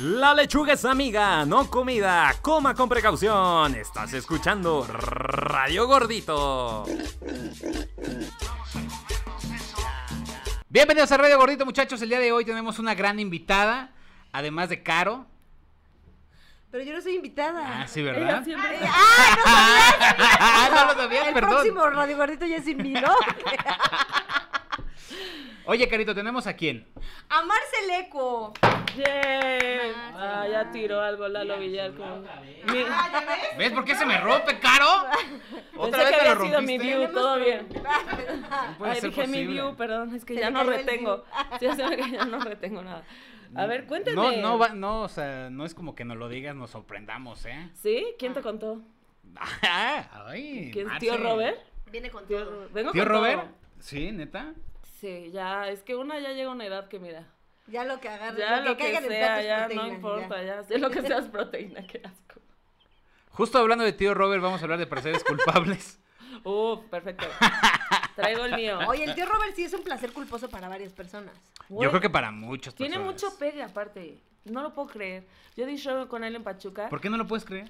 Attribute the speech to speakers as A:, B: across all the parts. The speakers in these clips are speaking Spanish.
A: La lechuga es amiga, no comida. Coma con precaución. Estás escuchando Radio Gordito.
B: Bienvenidos a Radio Gordito, muchachos. El día de hoy tenemos una gran invitada, además de Caro.
C: Pero yo no soy invitada. ah,
B: Ah, sí, ¿verdad? Ah, no lo sabías,
C: El
B: perdón.
C: próximo Radio Gordito ya es sin mí, ¿no?
B: Oye, Carito, ¿tenemos a quién?
C: A Marceleco.
D: Yay. Ah, ya tiró algo Lalo Villar con... Mi-
B: ¿Ves por qué se me rompe, Caro?
D: Pensé que había sido mi view, todo bien.
B: No puede
D: Ay,
B: ser
D: dije mi
B: posible.
D: view, perdón, es que
C: Se
D: ya
C: le
D: no
C: cayó el
D: retengo. Sí, se me- ya no retengo nada. A ver, cuéntame.
B: No, no, va- no, o sea, no es como que nos lo digas, nos sorprendamos, ¿eh?
D: ¿Sí? ¿Quién te contó?
B: Ay,
D: ¿Quién,
B: Marce.
D: ¿Tío Robert?
C: Viene con
D: Tío,
C: todo.
D: Ro- vengo
B: Ah, ¿Tío
D: con todo.
B: Robert? Sí, neta.
D: Sí, ya, es que una ya llega a una edad que mira.
C: Ya lo que agarre,
D: Ya
C: lo que caiga del plato
D: sea,
C: es
D: ya
C: proteína,
D: no importa, ya. sé lo que sea es proteína, qué asco.
B: Justo hablando de tío Robert, vamos a hablar de pareceres culpables.
D: Uh, perfecto. Traigo el mío.
C: Oye, el tío Robert sí es un placer culposo para varias personas.
B: Yo creo que para muchos.
D: Tiene mucho pegue aparte. No lo puedo creer. Yo di show con él en Pachuca.
B: ¿Por qué no lo puedes creer?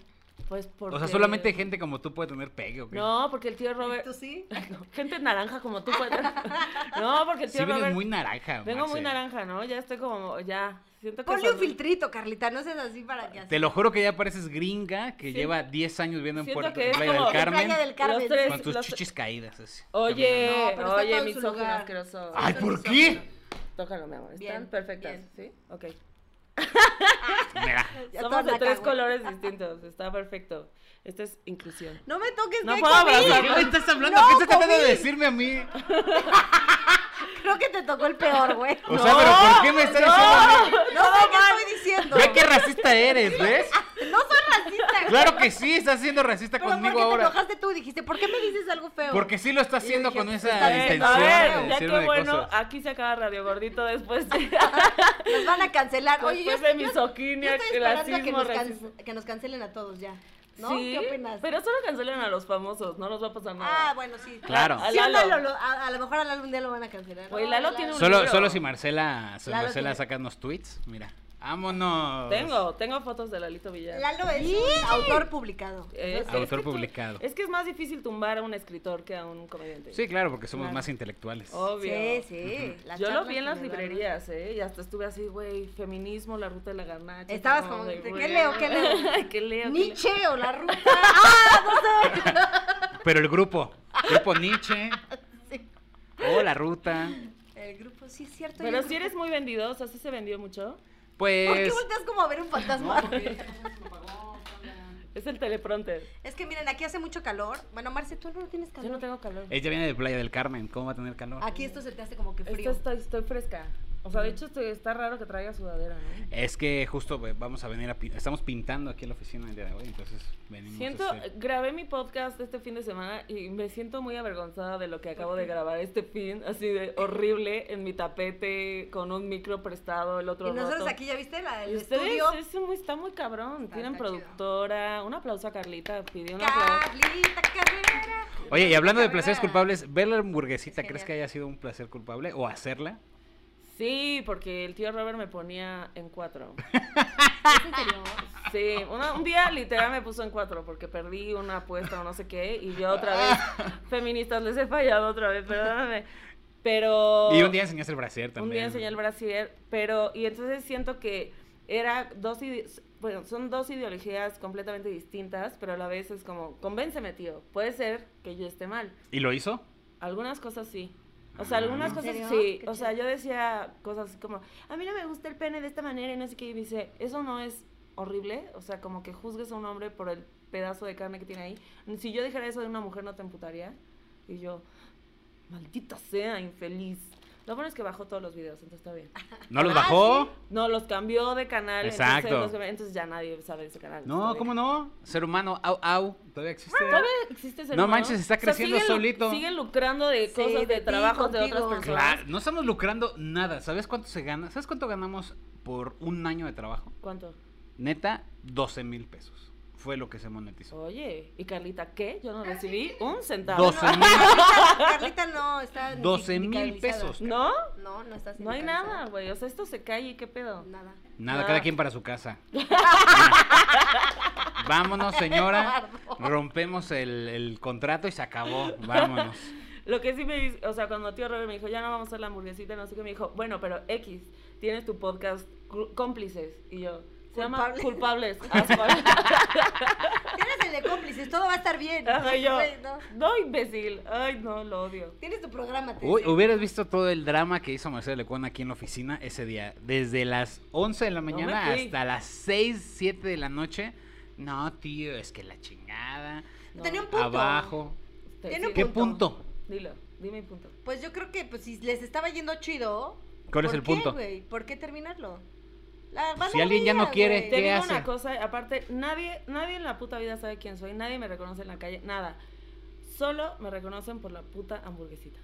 D: Pues porque...
B: O sea, solamente gente como tú puede tener pegue, ¿o qué?
D: No, porque el tío Robert...
C: ¿Tú sí?
D: Gente naranja como tú. puede- No, porque el
B: Sí,
D: tío
B: vienes
D: Robert...
B: muy naranja.
D: Vengo muy
B: Marce.
D: naranja, ¿no? Ya estoy como... Ya. Siento que...
C: Ponle un
D: son-
C: filtrito, Carlita, no seas así para que así.
B: Te lo juro que ya pareces gringa que
D: Sí.
B: lleva 10 años viviendo en
D: Siento
B: Puerto
D: que es
B: Playa del
D: como-
B: Carmen
C: Playa del Carmen.
D: Los tres-
B: con tus
D: los-
B: chichis caídas. así,
D: Oye,
C: No, pero está todo
D: oye,
C: en su
D: misógino
C: lugar.
D: asqueroso.
B: caminando. Ay,
C: Eso
B: ¿por
C: es
B: qué?
D: Tócalo, mi amor. Están
C: Bien,
D: perfectas,
C: bien.
D: ¿sí? Ok.
B: Mira,
C: Ya toda
D: Somos de
C: la
D: tres
C: cagüe.
D: colores distintos. Está perfecto. Esta es inclusión.
C: No me toques,
D: No
C: que
D: puedo
C: comí.
B: ¿de
D: abrazar.
B: ¿qué me estás hablando?
C: No,
B: ¿Qué estás tratando de
C: comí.
B: decirme a mí?
C: Creo que te tocó el peor, güey.
B: O sea, ¿pero por qué me estás diciendo a mí?
C: No sé qué estoy diciendo.
B: Ve qué racista eres, ¿ves?
C: No soy racista, güey.
B: Claro que sí, estás siendo racista
C: Pero
B: conmigo
C: ¿por qué te
B: ahora.
C: enojaste tú? Dijiste, ¿por qué me dices algo feo?
B: Porque sí lo está
C: yo
B: haciendo
C: dije,
B: con
C: está
B: esa
C: bien.
B: intención
D: Eh, a
B: de
D: ver, ya
B: decirme
D: que bueno,
B: cosas.
D: aquí se acaba Radio Gordito después de,
C: Nos van a cancelar. Oye, yo,
D: después de
C: yo- yo
D: misoginia,
C: estoy esperando a que
D: clasismo,
C: nos, can-
D: racismo.
C: que nos cancelen a todos ya. ¿No?
D: Sí,
C: ¿Qué opinas?
D: Pero solo cancelan a los famosos, no nos va a pasar
C: Ah,
D: nada.
C: bueno, sí.
B: Claro.
C: Sí, a,
D: Lalo.
C: Lalo lo- a, a lo mejor a Lalo un día lo van a cancelar.
D: Oye,
C: No,
D: Lalo tiene un-
B: Solo,
D: libro.
B: solo si Marcela, si
C: Claro,
B: Marcela
C: tiene-
B: saca unos tweets, mira. Vámonos.
D: tengo, tengo fotos de Lalito Villar.
C: Lalo es un autor publicado.
D: Eh,
C: Entonces,
D: que
B: Autor
D: tú-
B: publicado.
D: Es que es más difícil tumbar a un escritor que a un comediante.
B: Sí, claro, porque somos
D: Claro.
B: más intelectuales.
D: Obvio.
C: Sí, sí. las
D: Yo lo
C: charlas
D: vi en las
C: que me dan.
D: librerías, ¿eh? Y hasta estuve así, güey, feminismo, la ruta de la garnacha.
C: Estabas
D: como
C: como,
D: de,
C: ¿qué
D: güey,
C: leo, qué leo?
D: ¿Qué leo? qué leo?
C: Nietzsche o la ruta. ¡Ah!
B: Pero el grupo, grupo Nietzsche,
C: Sí.
B: o la ruta,
C: El grupo, sí, es cierto.
D: Pero
C: yo-
D: si eres muy vendido, o sea, sí se vendió mucho.
C: ¿Por qué
B: pues
C: volteas como a ver un fantasma?
D: Es el teleprompter.
C: Es que miren, aquí hace mucho calor. Bueno, Marce, tú no tienes calor.
D: Yo no tengo calor.
B: ella viene de Playa del Carmen, ¿cómo va a tener calor?
C: Aquí esto se te hace como que
D: Esto
C: frío.
D: estoy, estoy fresca. O sea, de hecho estoy- está raro que traiga sudadera, ¿no?
B: Es que justo pues, vamos a venir a pin- estamos pintando aquí en la oficina el día de hoy, entonces venimos.
D: Siento,
B: a hacer-
D: grabé mi podcast este fin de semana y me siento muy avergonzada de lo que acabo de grabar este fin, así de horrible, en mi tapete, con un micro prestado, el otro
C: Y nosotros
D: roto.
C: aquí ya viste la,
D: Y
C: el
D: ustedes,
C: estudio.
D: eso muy- está muy cabrón.
C: Está-
D: Tienen
C: está chido.
D: productora. Un aplauso a Carlita. Pidió un aplauso.
C: Carlita Carrera.
D: eh,
B: Oye, y hablando de
C: Carrera.
B: placeres culpables, ver la hamburguesita,
C: Es
B: ¿crees
C: genial.
B: que haya sido un placer culpable o hacerla?
D: Sí, porque el tío Robert me ponía en cuatro. Sí, una- un día literal me puso en cuatro porque perdí una apuesta o no sé qué. Y yo otra vez, feministas, les he fallado otra vez, perdóname. Pero.
B: Y un día enseñaste el brasier también.
D: Oh. Un día enseñé el brasier, pero y entonces siento que era dos ide- bueno, son dos ideologías completamente distintas, pero a la vez es como, convénceme, tío, puede ser que yo esté mal.
B: ¿Y lo hizo?
D: Algunas cosas sí. O sea,
B: Ah.
D: algunas
B: ¿En
D: cosas
C: serio?
D: sí.
C: Qué
D: O sea,
C: chido.
D: yo decía cosas así como, a mí no me gusta el pene de esta manera y no sé qué. Y me dice, eso no es horrible. O sea, como que juzgues a un hombre por el pedazo de carne que tiene ahí. Si yo dijera eso de una mujer, no te emputaría. Y yo, maldita sea, infeliz. Lo bueno es que bajó todos los videos, entonces está bien.
B: ¿No los
C: Ah,
B: bajó?
D: No, los cambió de canal. entonces eh,
B: Exacto.
D: los- Entonces, ya nadie sabe de ese canal.
B: No, ¿cómo no? Ser humano, au, au, todavía existe.
D: Existe
B: No manches, está creciendo
D: siguen lu-
B: solito.
D: Siguen lucrando de
C: Sí,
D: cosas, de,
C: de ti,
D: trabajos de otras
C: contigo.
D: personas.
B: Claro, no estamos lucrando nada. ¿Sabes cuánto se gana? ¿Sabes cuánto ganamos por un año de trabajo?
D: ¿Cuánto?
B: Neta, 12 mil pesos. fue lo que se monetizó.
D: Oye, ¿y Carlita qué? Yo no recibí un centavo.
B: 12 mil
C: Carlita, Carlita no está. ni
B: 12 mil
C: sindicalizada.
B: pesos.
D: ¿No?
C: No, no está.
D: No hay
C: sindicalizada.
D: nada, güey. O sea, esto se cae y qué pedo.
C: Nada.
B: Nada,
D: Ah.
B: cada quien para su casa. Vámonos, señora. Rompemos el, el contrato y se acabó. Vámonos.
D: Lo que sí me dice, o sea, cuando tío Robert me dijo, ya no vamos a hacer la hamburguesita, no sé qué, me dijo, bueno, pero X, tienes tu podcast Cru- cómplices. Y yo, se llama Culpables. As Fuck.
C: Tienes el de cómplices, todo va a estar bien.
D: Ajá, y yo,
C: Güey, no.
D: no, imbécil. Ay, no, lo odio.
C: Tienes tu programa. te
B: Uy,
C: dicen.
B: hubieras visto todo el drama que hizo Marcela Lecuón aquí en la oficina ese día. Desde las 11 de la
D: me
B: mañana
D: fui.
B: hasta las 6, 7 de la noche. No, tío, es que la chingada.
D: No,
C: Tenía un punto.
B: Abajo.
D: te-
C: tiene un
B: ¿Qué
C: punto.
B: punto?
D: Dilo, dime un punto.
C: Pues yo creo que pues, si les estaba yendo chido.
B: ¿Cuál es
C: ¿por
B: el
C: qué,
B: punto?
C: güey? ¿Por qué terminarlo? La
B: Si alguien ya no
C: valoría,
B: quiere,
C: güey.
D: Te
B: ¿Qué
D: digo
B: hace?
D: una cosa, aparte, nadie, nadie en la puta vida sabe quién soy, nadie me reconoce en la calle, nada. Solo me reconocen por la puta hamburguesita.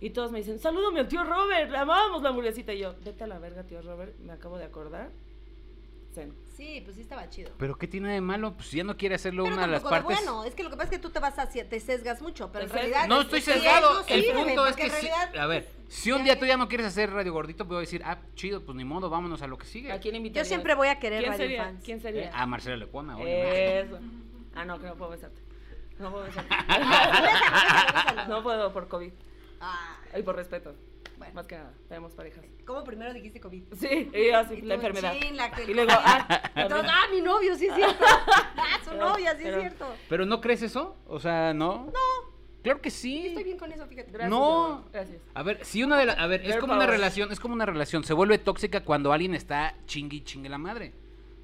D: Y todos me dicen, salúdame al tío Robert, amábamos la hamburguesita. Y yo, vete a la verga, tío Robert, me acabo de acordar. Zen.
C: Sí, pues sí estaba chido.
B: ¿Pero qué tiene de malo? Pues si ya no quiere hacerlo
C: Pero
B: una de las
C: tampoco de
B: partes.
C: bueno, es que lo que pasa es que tú te vas hacia, te sesgas mucho, pero en
D: Te sesgas.
C: realidad.
B: No
C: es-
B: estoy
C: es que
B: sesgado.
C: no
B: El
C: sirve,
B: punto es
C: porque
B: que
C: en
B: si,
C: realidad- pues,
B: a ver, si un
C: ya
B: día
C: es-
B: tú ya no quieres hacer Radio Gordito, voy a decir, ah, chido, pues ni modo, vámonos a lo que sigue.
D: ¿A quién invitaría?
C: Yo siempre voy a querer
D: ¿Quién
C: Radio
D: sería?
C: Fans.
D: ¿Quién
B: Eh,
D: sería?
B: a Marcela Lecuona, obviamente.
D: Eso. Ah, no, que no puedo besarte. No puedo besarte.
C: Bésalo, bésalo.
D: no puedo por COVID
C: Ah,
D: y por respeto.
C: bueno,
D: Más que nada, tenemos parejas.
C: ¿cómo primero dijiste COVID?
D: Ah, Sí, y yo así,
C: Y
D: la
C: tú,
D: enfermedad.
C: chin, la que-
D: Y luego, ah,
C: Entonces,
D: también.
C: ah, mi novio, sí es cierto. Ah, su
D: Pero-
C: novia, sí es
D: pero-
C: cierto.
B: ¿Pero no crees eso? O sea, ¿no? No. Claro que sí.
C: Estoy bien con eso, fíjate.
D: Gracias,
B: No.
D: amor, Gracias.
B: A ver, si una de las... A ver, es
D: Girl
B: como una
D: power.
B: relación, es como una relación. Se vuelve tóxica cuando alguien está chingue y chingue la madre.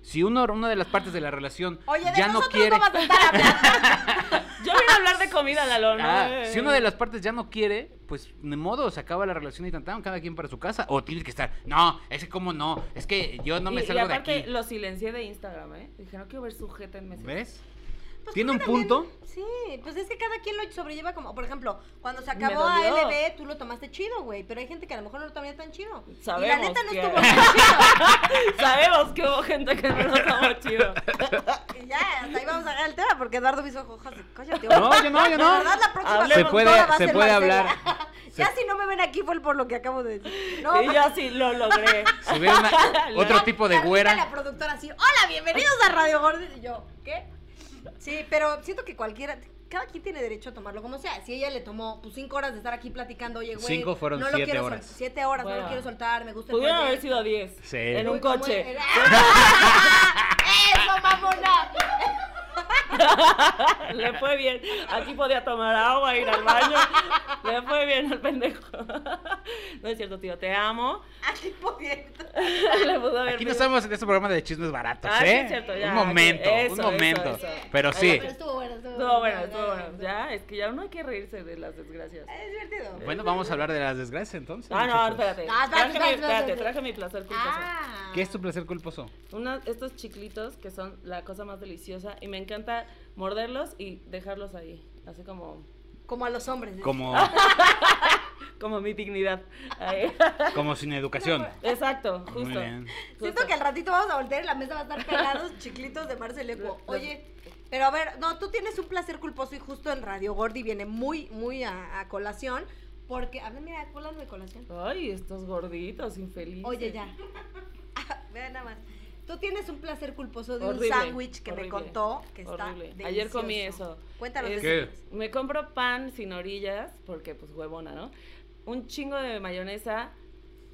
B: Si uno, una de las partes de la relación
C: Oye, de
B: ya no
C: nosotros no,
B: quiere...
C: vas a estar hablando.
D: Yo vine a hablar de comida, Lalo. ¿no? eh.
B: Ah, si una de las partes ya no quiere, pues ni modo, se acaba la relación y tantan, cada quien para su casa. O tiene que estar, no, es que como no, es que yo no me
D: y, y
B: salgo de
D: aparte
B: aquí.
D: lo silencié de Instagram, ¿eh? Dije, no quiero ver sujeta en meses.
B: ¿Ves?
C: Pues
B: ¿Tiene
C: creo
B: un
C: que también-
B: punto?
C: Sí, pues es que cada quien lo sobrelleva como, por ejemplo, cuando se
D: Me
C: acabó
D: dolió.
C: ALB, tú lo tomaste chido, güey, pero hay gente que a lo mejor no lo tomaría tan chido. y la
D: Sabemos
C: neta no
D: que-
C: estuvo tan chido.
D: Sabemos que hubo gente que no nos amó chido.
C: Y ya, hasta ahí vamos a agarrar el tema porque Eduardo me hizo ojas de cállate.
B: No,
C: güey.
B: yo no, yo
C: De
B: no.
C: verdad, la próxima
D: Hablemos.
B: Se puede,
C: conductora va a
B: se
C: ser
B: puede
C: Marcela.
B: hablar.
C: ya
B: Se-
C: si no me ven aquí fue por lo que acabo de decir. No,
D: y yo así lo logré.
B: Si hubiera una- otro
C: Carlita-
B: tipo de
C: Carlita,
B: güera.
C: La productora así, hola, bienvenidos a Radio Gordo. Y yo, ¿qué? Sí, pero siento que cualquiera, cada quien tiene derecho a tomarlo como sea. Si ella le tomó pues, cinco horas de estar aquí platicando, oye, güey.
B: Cinco fueron
C: no
B: siete
C: lo quiero sol-
B: horas.
C: siete horas, no
D: Bueno.
C: lo quiero soltar, me gusta el
D: Pudieron haber
C: proyecto.
D: sido 10.
B: Sí.
D: En un
C: Uy, ¿cómo
D: coche.
C: era? ¡Eso, mamona!
D: Le fue bien. Aquí podía tomar agua, ir al baño. Le fue bien al pendejo. No es cierto, tío. Te amo.
C: Aquí pudiendo.
D: Le pudo haber
B: Aquí no
D: pedido-
B: estamos en este programa de chismes baratos,
D: Ah, sí,
B: ¿eh?
D: es cierto, ya,
B: un momento,
D: aquí- eso,
B: un momento.
D: eso, eso.
B: Pero
D: Ahí
B: sí.
D: va,
C: Pero estuvo bueno, estuvo
D: Estuvo bueno, estuvo bueno. Ya, es que ya no hay que reírse de las desgracias.
C: Es divertido.
B: Bueno, vamos a hablar de las desgracias entonces.
D: Ah, no,
B: muchachos.
D: espérate.
C: Ah, espérate,
D: Traje mi,
C: espérate,
D: espérate,
C: espérate.
D: traje mi placer culposo.
C: Ah.
B: ¿Qué es tu placer culposo?
D: Una- estos chiclitos que son la cosa más deliciosa y me encanta morderlos y dejarlos ahí. Así como,
C: Como a los hombres. ¿eh?
B: Como,
D: como mi dignidad. Ahí.
B: como sin educación.
D: Exacto,
B: Muy
D: justo.
B: bien.
C: Siento que al ratito vamos a voltear y la mesa va a estar pegados chiclitos de Marceleco.
D: Lo- lo-
C: Oye, pero a ver, no, tú tienes un placer culposo y justo en Radio Gordi viene muy, muy a, a colación. Porque, a ver, mira, hablando de colación.
D: Ay, estos gorditos, infelices.
C: Oye, ya. Vean nada más. Tú tienes un placer culposo de
D: Horrible,
C: un sándwich que
D: horrible,
C: me contó que está
D: horrible. Ayer comí
C: delicioso.
D: eso.
C: Cuéntanos de
D: Es-
B: ¿Qué?
C: eso.
D: Me compro pan sin orillas, porque pues huevona, ¿no? Un chingo de mayonesa,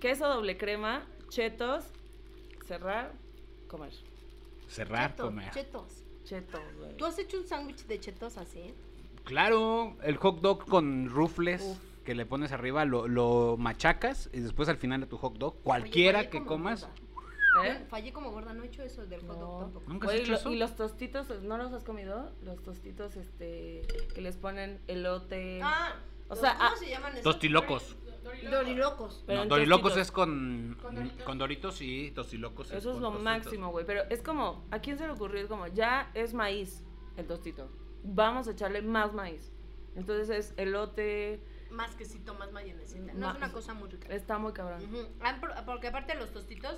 D: queso doble crema, chetos, cerrar, comer.
B: Cerrar,
C: Chetos,
B: comer.
C: Chetos.
D: Chetos, güey.
C: ¿Tú has hecho un sándwich de chetos así?
B: Claro, el hot dog con rufles
D: Uf.
B: que le pones arriba, lo, lo machacas y después al final de tu hot dog, cualquiera
C: Oye, fallé
B: que
C: como
B: comas.
C: gorda.
D: ¿Eh?
C: Fallé como gorda, no he hecho eso del hot dog
D: No.
C: tampoco.
B: ¿Nunca has
D: Oye, y
B: hecho
D: lo-
B: eso?
D: y los tostitos, ¿no los has comido? Los tostitos, este, que les ponen elote.
C: Ah,
D: O
C: o
D: sea,
C: sea, ¿cómo
D: ah,
C: se llaman esos?
B: Tostilocos.
C: Dorilocos.
D: Pero
B: No,
D: en
B: dorilocos
D: tostitos.
B: es con, mm, con doritos y tostilocos. es
D: Eso es
B: con
D: lo
B: tostitos.
D: máximo, güey. Pero es como, ¿a quién se le ocurrió? Es como, ya es maíz el tostito. Vamos a echarle más maíz. Entonces es elote,
C: Más quesito, más mayonesita. No
D: Mm, Ma-
C: es una cosa muy rica.
D: está muy cabrón.
C: Ujú. Ah, por- Porque aparte los tostitos,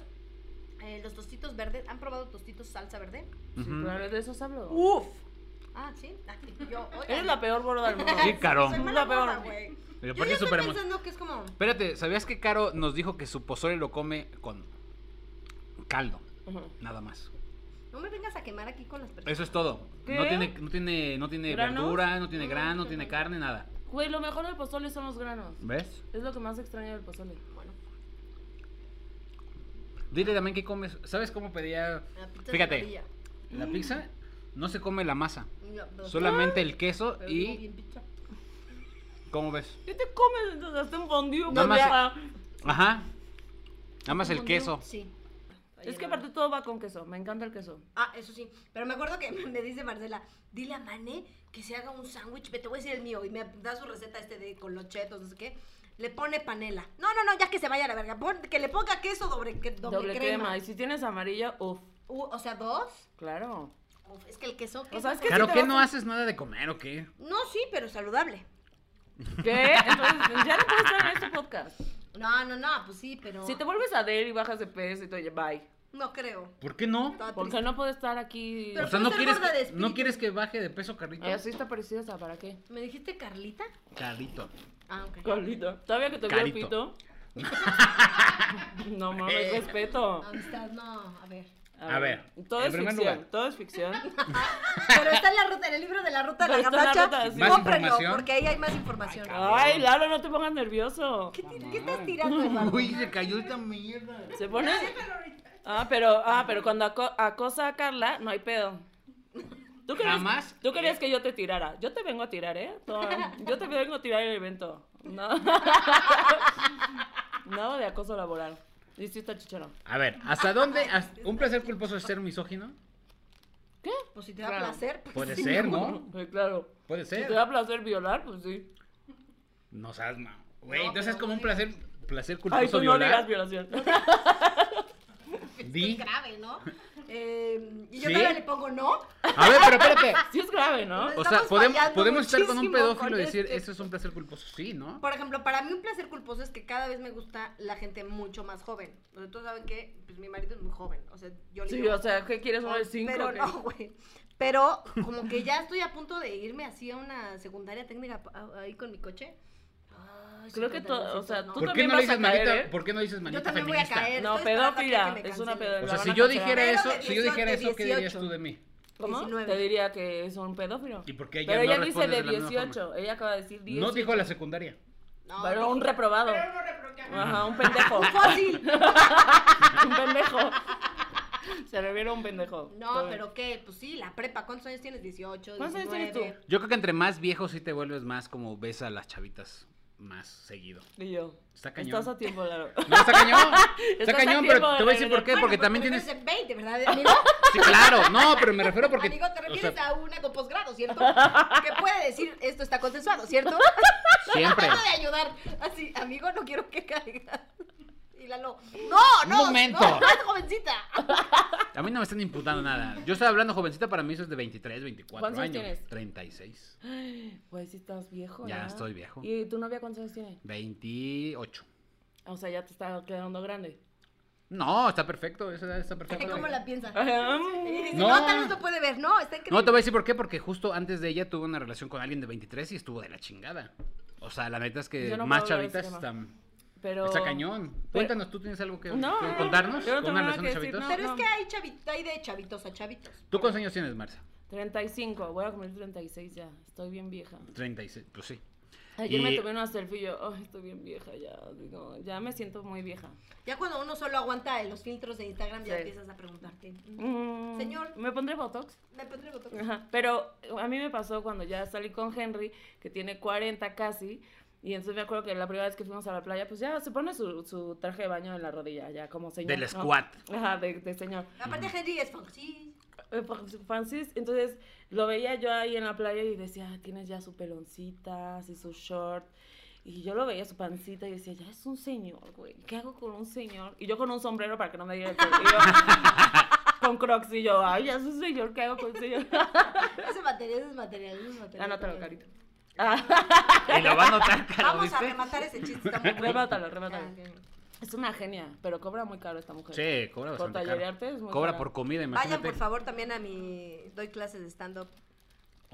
C: eh, los tostitos verdes. ¿Han probado tostitos salsa verde?
D: Sí,
B: Ujú.
D: claro, de eso hablo.
C: ¡Uf! Ah, sí. Ah, yo, oigan.
D: Eres la peor gorda del mundo.
B: Sí, Caro.
C: Soy
D: Tú
C: mala
D: la peor.
C: gorda, güey.
B: Y
C: Yo
B: aparte
C: ya
B: es
C: estoy
B: súper emo-
C: pensando que es como...
B: Espérate, ¿sabías que Caro nos dijo que su pozole lo come con caldo?
D: Ujú.
B: Nada más.
C: No me vengas a quemar aquí con las personas.
B: Eso es todo.
D: ¿Qué?
B: No tiene, no tiene, no tiene
D: ¿Granos?
B: verdura, no tiene
C: Mm,
B: grano, no
C: qué
B: tiene
C: rico.
B: carne, nada.
D: Güey, lo mejor del pozole son los granos.
B: ¿Ves?
D: Es lo que más extraño del pozole.
C: Bueno,
B: Dile también qué comes. ¿Sabes cómo pedía
C: la pizza
B: Fíjate.
C: sin orilla.
B: la pizza? No se come la masa,
C: No, pero-
B: solamente el queso
C: Pero como
B: y
C: bien pizza.
B: ¿cómo ves?
D: ¿Qué te comes entonces? Hasta un fondue.
B: Nada más-
D: pendeja.
B: Ajá. Nada más el
C: Como
B: queso.
C: yo, Sí.
D: Es que aparte todo va con queso. Me encanta el queso.
C: Ah, eso sí. Pero me acuerdo que me dice Marcela, dile a Mané que se haga un sándwich, ve, te voy a decir el mío, y me da su receta este de con los chetos, no sé qué. Le pone panela. No, no, no, ya que se vaya a la verga. pon- que le ponga queso doble, que- doble,
D: Doble, crema.
C: crema.
D: Y si tienes amarilla, uff,
C: U- o sea, dos.
D: claro.
C: Uf, es que el queso.
D: O sea, es que
B: Claro,
D: si te
B: ¿qué
D: vas
B: no
D: a-
B: haces nada de comer o qué?
C: No, sí, pero saludable.
D: ¿Qué? Entonces, ya no puedes estar en este podcast.
C: No, no, no, pues sí, pero.
D: Si te vuelves a Dell y bajas de peso y todo, ya, bye.
C: No creo.
B: ¿Por qué no?
C: Estaba
D: Porque
C: Ah, triste.
D: no puedo estar aquí.
C: Pero
B: o sea,
C: tú
B: no
C: eres
B: quieres,
C: gorda de
B: que,
C: espíritu.
B: no quieres que baje de peso Carlito.
D: Ay, así está preciosa, ¿para qué?
C: ¿Me dijiste Carlita?
B: Carlito.
C: Ah, ok.
D: Carlita. ¿Todavía que te vio el
B: Carito.
D: pito? no mames, respeto.
C: Amistad, no, a ver.
B: Eh. A ver,
D: Todo
B: en
D: es
B: primer
D: ficción.
B: lugar.
D: Todo es ficción.
C: Pero está en la ruta, en el libro de la ruta de la
D: Pero está en la
C: gabacha.
D: ruta, sí.
B: ¿Más
C: Cómprenlo,
B: información?
C: porque ahí hay más información.
D: Ay, Lalo, no te pongas nervioso.
C: ¿Qué, ti- qué estás tirando, Eduardo?
B: Uy, se cayó esta mierda.
D: Se pone. Ah, pero, ah, pero cuando aco- acosa a Carla, no hay pedo. ¿Tú querías,
B: Jamás. Eh.
D: Tú querías que yo te tirara. Yo te vengo a tirar, ¿eh? Tú- yo te vengo a tirar el evento. No. Nada de acoso laboral. Y sí está chichero.
B: A ver, ¿hasta dónde? hasta- ¿Un placer culposo es ser misógino?
D: ¿Qué?
C: Pues si te da
D: Claro.
C: placer, pues
B: Puede
C: sí.
B: ser, ¿no?
D: Mm, Sí, claro.
B: Puede
D: Si
B: ser.
D: te da placer violar, pues sí.
B: No seas ma- Güey,
C: No,
B: entonces es
C: pero
B: como un
C: no
B: placer, placer
D: Ay,
B: culposo
D: tú no digas
B: violar.
D: violación.
B: Di.
C: Es grave, ¿no? Eh, y yo
B: Sí.
C: todavía le pongo no.
B: A ver, pero espérate.
D: Sí es grave, ¿no?
B: O sea,
C: Estamos
B: podemos,
C: fallando
B: podemos estar con un
C: muchísimo
B: pedófilo
C: con
B: y decir,
C: este.
B: eso es un placer culposo. Sí, ¿no?
C: Por ejemplo, para mí un placer culposo es que cada vez me gusta la gente mucho más joven. Ustedes saben que pues, mi marido es muy joven. O sea, yo le
D: Sí,
C: digo,
D: o sea, ¿qué quieres? ¿Uno de cinco?
C: Pero
D: ¿Qué?
C: no, güey. Pero como que ya estoy a punto de irme así a una secundaria técnica a- ahí con mi coche. Ay,
D: Creo
C: sí,
D: que
C: tal vez
D: todo- o
C: sí,
D: sea,
C: no.
D: tú
B: ¿Por qué
D: también
B: no le
D: vas a
B: dices
D: caer,
B: manita,
D: ¿eh?
B: ¿por qué no dices manita
C: también voy a
B: feminista?
C: caer.
D: No,
C: Estoy esperando a que
D: pedófila.
C: alguien me
D: Es una
C: cancele.
D: pedófila.
B: O
D: Lo
B: sea,
D: van
B: si
D: a
B: yo
D: cancelar.
B: dijera eso,
C: Menos de
B: si yo dijera
C: 18,
B: eso, ¿qué dirías
C: 18?
B: tú de mí?
D: ¿Cómo?
C: 19.
D: Te diría que es un pedófilo.
B: ¿Y por qué ella
D: Pero
B: no
D: ella dice
B: responde
D: de
B: de la misma
D: 18. Ella acaba de decir 18.
B: No dijo la secundaria.
C: No,
D: Pero un
C: dije,
D: reprobado. Ajá, un pendejo.
C: "Un fósil.
D: un pendejo. Se refiere a un pendejo.
C: No, pero qué, pues sí, la prepa. ¿Cuántos años tienes? 18,
D: ¿Cuántos años
C: 19.
D: tienes tú?
B: Yo creo que entre más viejo sí te vuelves más como ves a las chavitas más seguido.
D: Y yo.
B: Está cañón.
D: Estás a tiempo, Laro.
B: No, está cañón.
D: Estás
B: Está
D: a
B: cañón,
D: tiempo
B: pero
D: de
B: te voy a decir por qué,
D: regresar.
B: porque
C: Bueno,
B: también
C: tú
B: tienes...
C: eres 20, ¿verdad, amigo?
B: Sí, claro, no, pero me refiero porque...
C: Amigo, te
B: o
C: refieres
B: sea,
C: a una con posgrado, ¿cierto? que puede decir, esto está consensuado, ¿cierto?
B: Siempre.
C: Trata de ayudar. Así, amigo, no quiero que caigas. Y Lalo, no,
B: Un
C: no,
B: momento.
C: no, no, es jovencita.
B: A mí no me están imputando nada. Yo estaba hablando jovencita, para mí eso es de 23, 24
D: ¿Cuántos
B: años.
D: años tienes?
B: 36.
D: Pues sí estás viejo.
B: Ya estoy viejo.
D: ¿Y tu novia cuántos años tiene?
B: 28.
D: O sea, ya te está quedando grande.
B: No, está perfecto, esa edad está
C: ¿Y
B: perfecto.
C: cómo la piensa? Y
D: Ajá.
C: dice,
B: No.
C: no. tal vez lo puede ver. No, está
B: No,
C: increíble.
B: te voy a decir por qué, porque justo antes de ella tuve una relación con alguien de 23 y estuvo de la chingada. O sea, la neta es que
D: Yo no
B: más
D: puedo hablar de
B: chavitas
D: ese
B: están...
D: Pero...
B: Está cañón.
D: pero-
B: Cuéntanos, ¿tú tienes algo que,
D: No,
B: que
D: no, no,
B: contarnos?
D: yo no
B: ¿Con
D: tengo
B: una
D: nada
B: relación
D: que
B: de
D: decir,
B: chavitos?
D: no.
C: Pero es que hay, chavita, hay de chavitos a chavitos.
B: ¿Tú cuántos años tienes, Marcia?
D: 35. Voy a cumplir 36 ya. Estoy bien vieja.
B: 36, pues sí.
D: Ayer me
B: Y-
D: tomé una selfie y yo, ay, estoy bien vieja ya. Digo, ya me siento muy vieja.
C: Ya cuando uno solo aguanta en los filtros de Instagram, ya
D: Sí.
C: empiezas a preguntarte.
D: Mm,
C: Señor.
D: ¿Me pondré Botox?
C: ¿Me pondré botox?
D: Ajá, Pero a mí me pasó cuando ya salí con Henry, que tiene 40 casi, y entonces me acuerdo que la primera vez que fuimos a la playa, pues ya se pone su, su traje de baño en la rodilla, ya como señor.
B: Del
D: ¿no?
B: squat.
D: Ajá, de, de señor.
C: Aparte, Henry es fan. Sí.
D: Eh, Fran- Francis, entonces lo veía yo ahí en la playa y decía, "Ah, tienes ya su peloncita, así su short. Y yo lo veía su pancita y decía, ya es un señor, güey. ¿Qué hago con un señor? Y yo con un sombrero para que no me diera el sol. Y yo, con crocs y yo, ay, ya es un señor, ¿qué hago con un señor?
C: Ese material, ese es material, ese es material.
D: Anótalo, carito. Ah,
B: Y lo va a notar, Caro,
C: Vamos a
B: ¿viste?
C: rematar ese chiste. Está muy bueno.
D: Remátalo,
C: Ah,
D: remátalo.
C: ok.
D: Es una genia, pero cobra muy caro esta mujer.
B: Sí, cobra
D: Por
B: bastante
D: taller
B: caro.
D: de arte es muy
B: Cobra
D: caro.
B: por comida, imagínate.
C: Vayan, por favor, también a mi... Doy clases de stand-up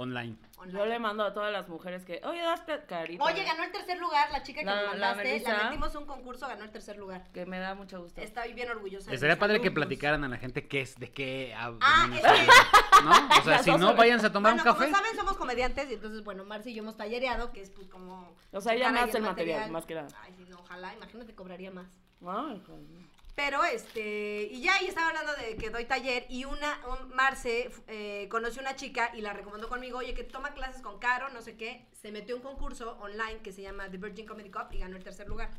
B: Online.
C: online.
D: Yo le mando a todas las mujeres que, oye, das pla- carita.
C: Oye, ganó el tercer lugar la chica que
D: La-
C: nos
D: la
C: mandaste. La,
D: Melissa.
C: metimos a un concurso, ganó el tercer lugar.
D: Que me da mucho gusto.
C: Estoy bien orgullosa. de
B: Estaría
C: mis
B: padre que
C: alumnos.
B: platicaran a la gente qué es, de qué hab-
C: Ah,
B: demonios
C: es
B: hablan, ¿No? O sea,
D: Las
B: si
D: dos
B: no,
D: horas.
B: váyanse a tomar
C: bueno,
B: un café.
C: Como saben, somos comediantes y entonces, bueno, Marcia y yo hemos tallereado, que es pues como.
D: O sea, ella
C: sacar ahí
D: más el material, más que nada.
C: Ay, sí, no, ojalá, imagínate, cobraría más.
D: Ay, joder.
C: Pero este, y ya ahí estaba hablando de que doy taller y una, un- Marce eh, conoció una chica y la recomendó conmigo, oye, que toma clases con Caro, no sé qué, se metió a un concurso online que se llama The Virgin Comedy Cup y ganó el tercer lugar.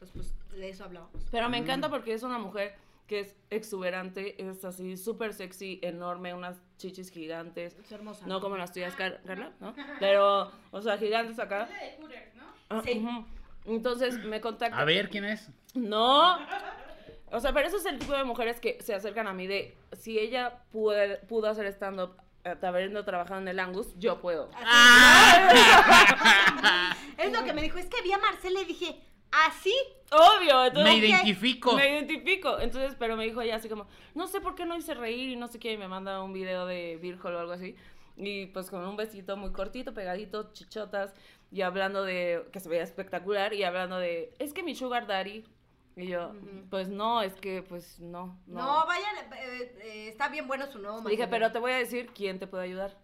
C: Entonces, pues de eso hablábamos.
D: Pero me encanta porque es una mujer que es exuberante, es así súper sexy, enorme, unas chichis gigantes.
C: Es hermosa.
D: No como las tuyas, Car- Carla, ¿no? Pero, o sea, gigantes acá.
E: de Hooters, ¿no?
D: Ah,
C: Sí.
D: ujú. Entonces me contacta.
B: A ver, ¿quién es?
D: No. O sea, pero eso es el tipo de mujeres que se acercan a mí de si ella puede- pudo hacer stand-up eh, habiendo trabajado en el Angus, yo puedo.
C: Es lo que me dijo, es que vi a Marcela y dije, "¿Ah, así.
D: Obvio, entonces.
B: Me identifico.
D: Me identifico. Entonces, pero me dijo ella así como, no sé por qué no hice reír y no sé qué, y me manda un video de Virgol o algo así. Y pues con un besito muy cortito, pegadito, chichotas, y hablando de, que se veía espectacular, y hablando de, es que mi sugar daddy, y yo, pues no, es que pues no.
C: No, vayan, eh, eh, está bien bueno su nuevo
D: Le Dije,
C: material.
D: pero te voy a decir quién te puede ayudar.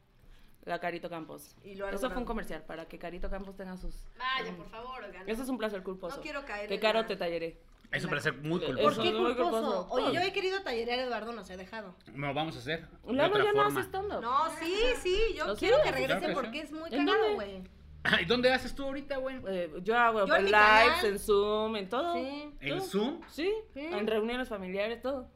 D: La Carito Campos.
C: Y lo ha
D: Eso fue
C: logrado.
D: un comercial para que Carito Campos tenga sus.
C: Vayan, por favor, oigan.
D: Eso es un placer culposo.
C: No quiero caer
D: Que
C: en
D: caro
C: la-
D: te talleré.
B: Es un placer muy
C: ¿Por
D: Eso,
B: culposo.
C: qué
D: no lo
C: culposo?
D: culposo.
C: Oye, yo he querido tallerear a Eduardo, no se ha dejado.
B: No vamos a hacer. de
D: Lalo
B: otra
D: ya no
B: forma.
D: hace stand-up.
C: No, sí, sí, yo
D: ¿Lo
C: quiero
D: sí?
C: que regrese
B: Claro que sí.
C: porque es muy
D: ¿En
C: cagado,
D: dónde?
C: güey.
B: ¿Y dónde haces tú ahorita, güey?
C: Pues,
D: Eh, yo hago
C: Yo en
D: en
C: mi
D: lives,
C: canal.
D: en Zoom, en todo.
C: Sí.
B: ¿En
D: Todo.
B: Zoom?
D: Sí,
C: Sí.
D: en reuniones familiares, todo.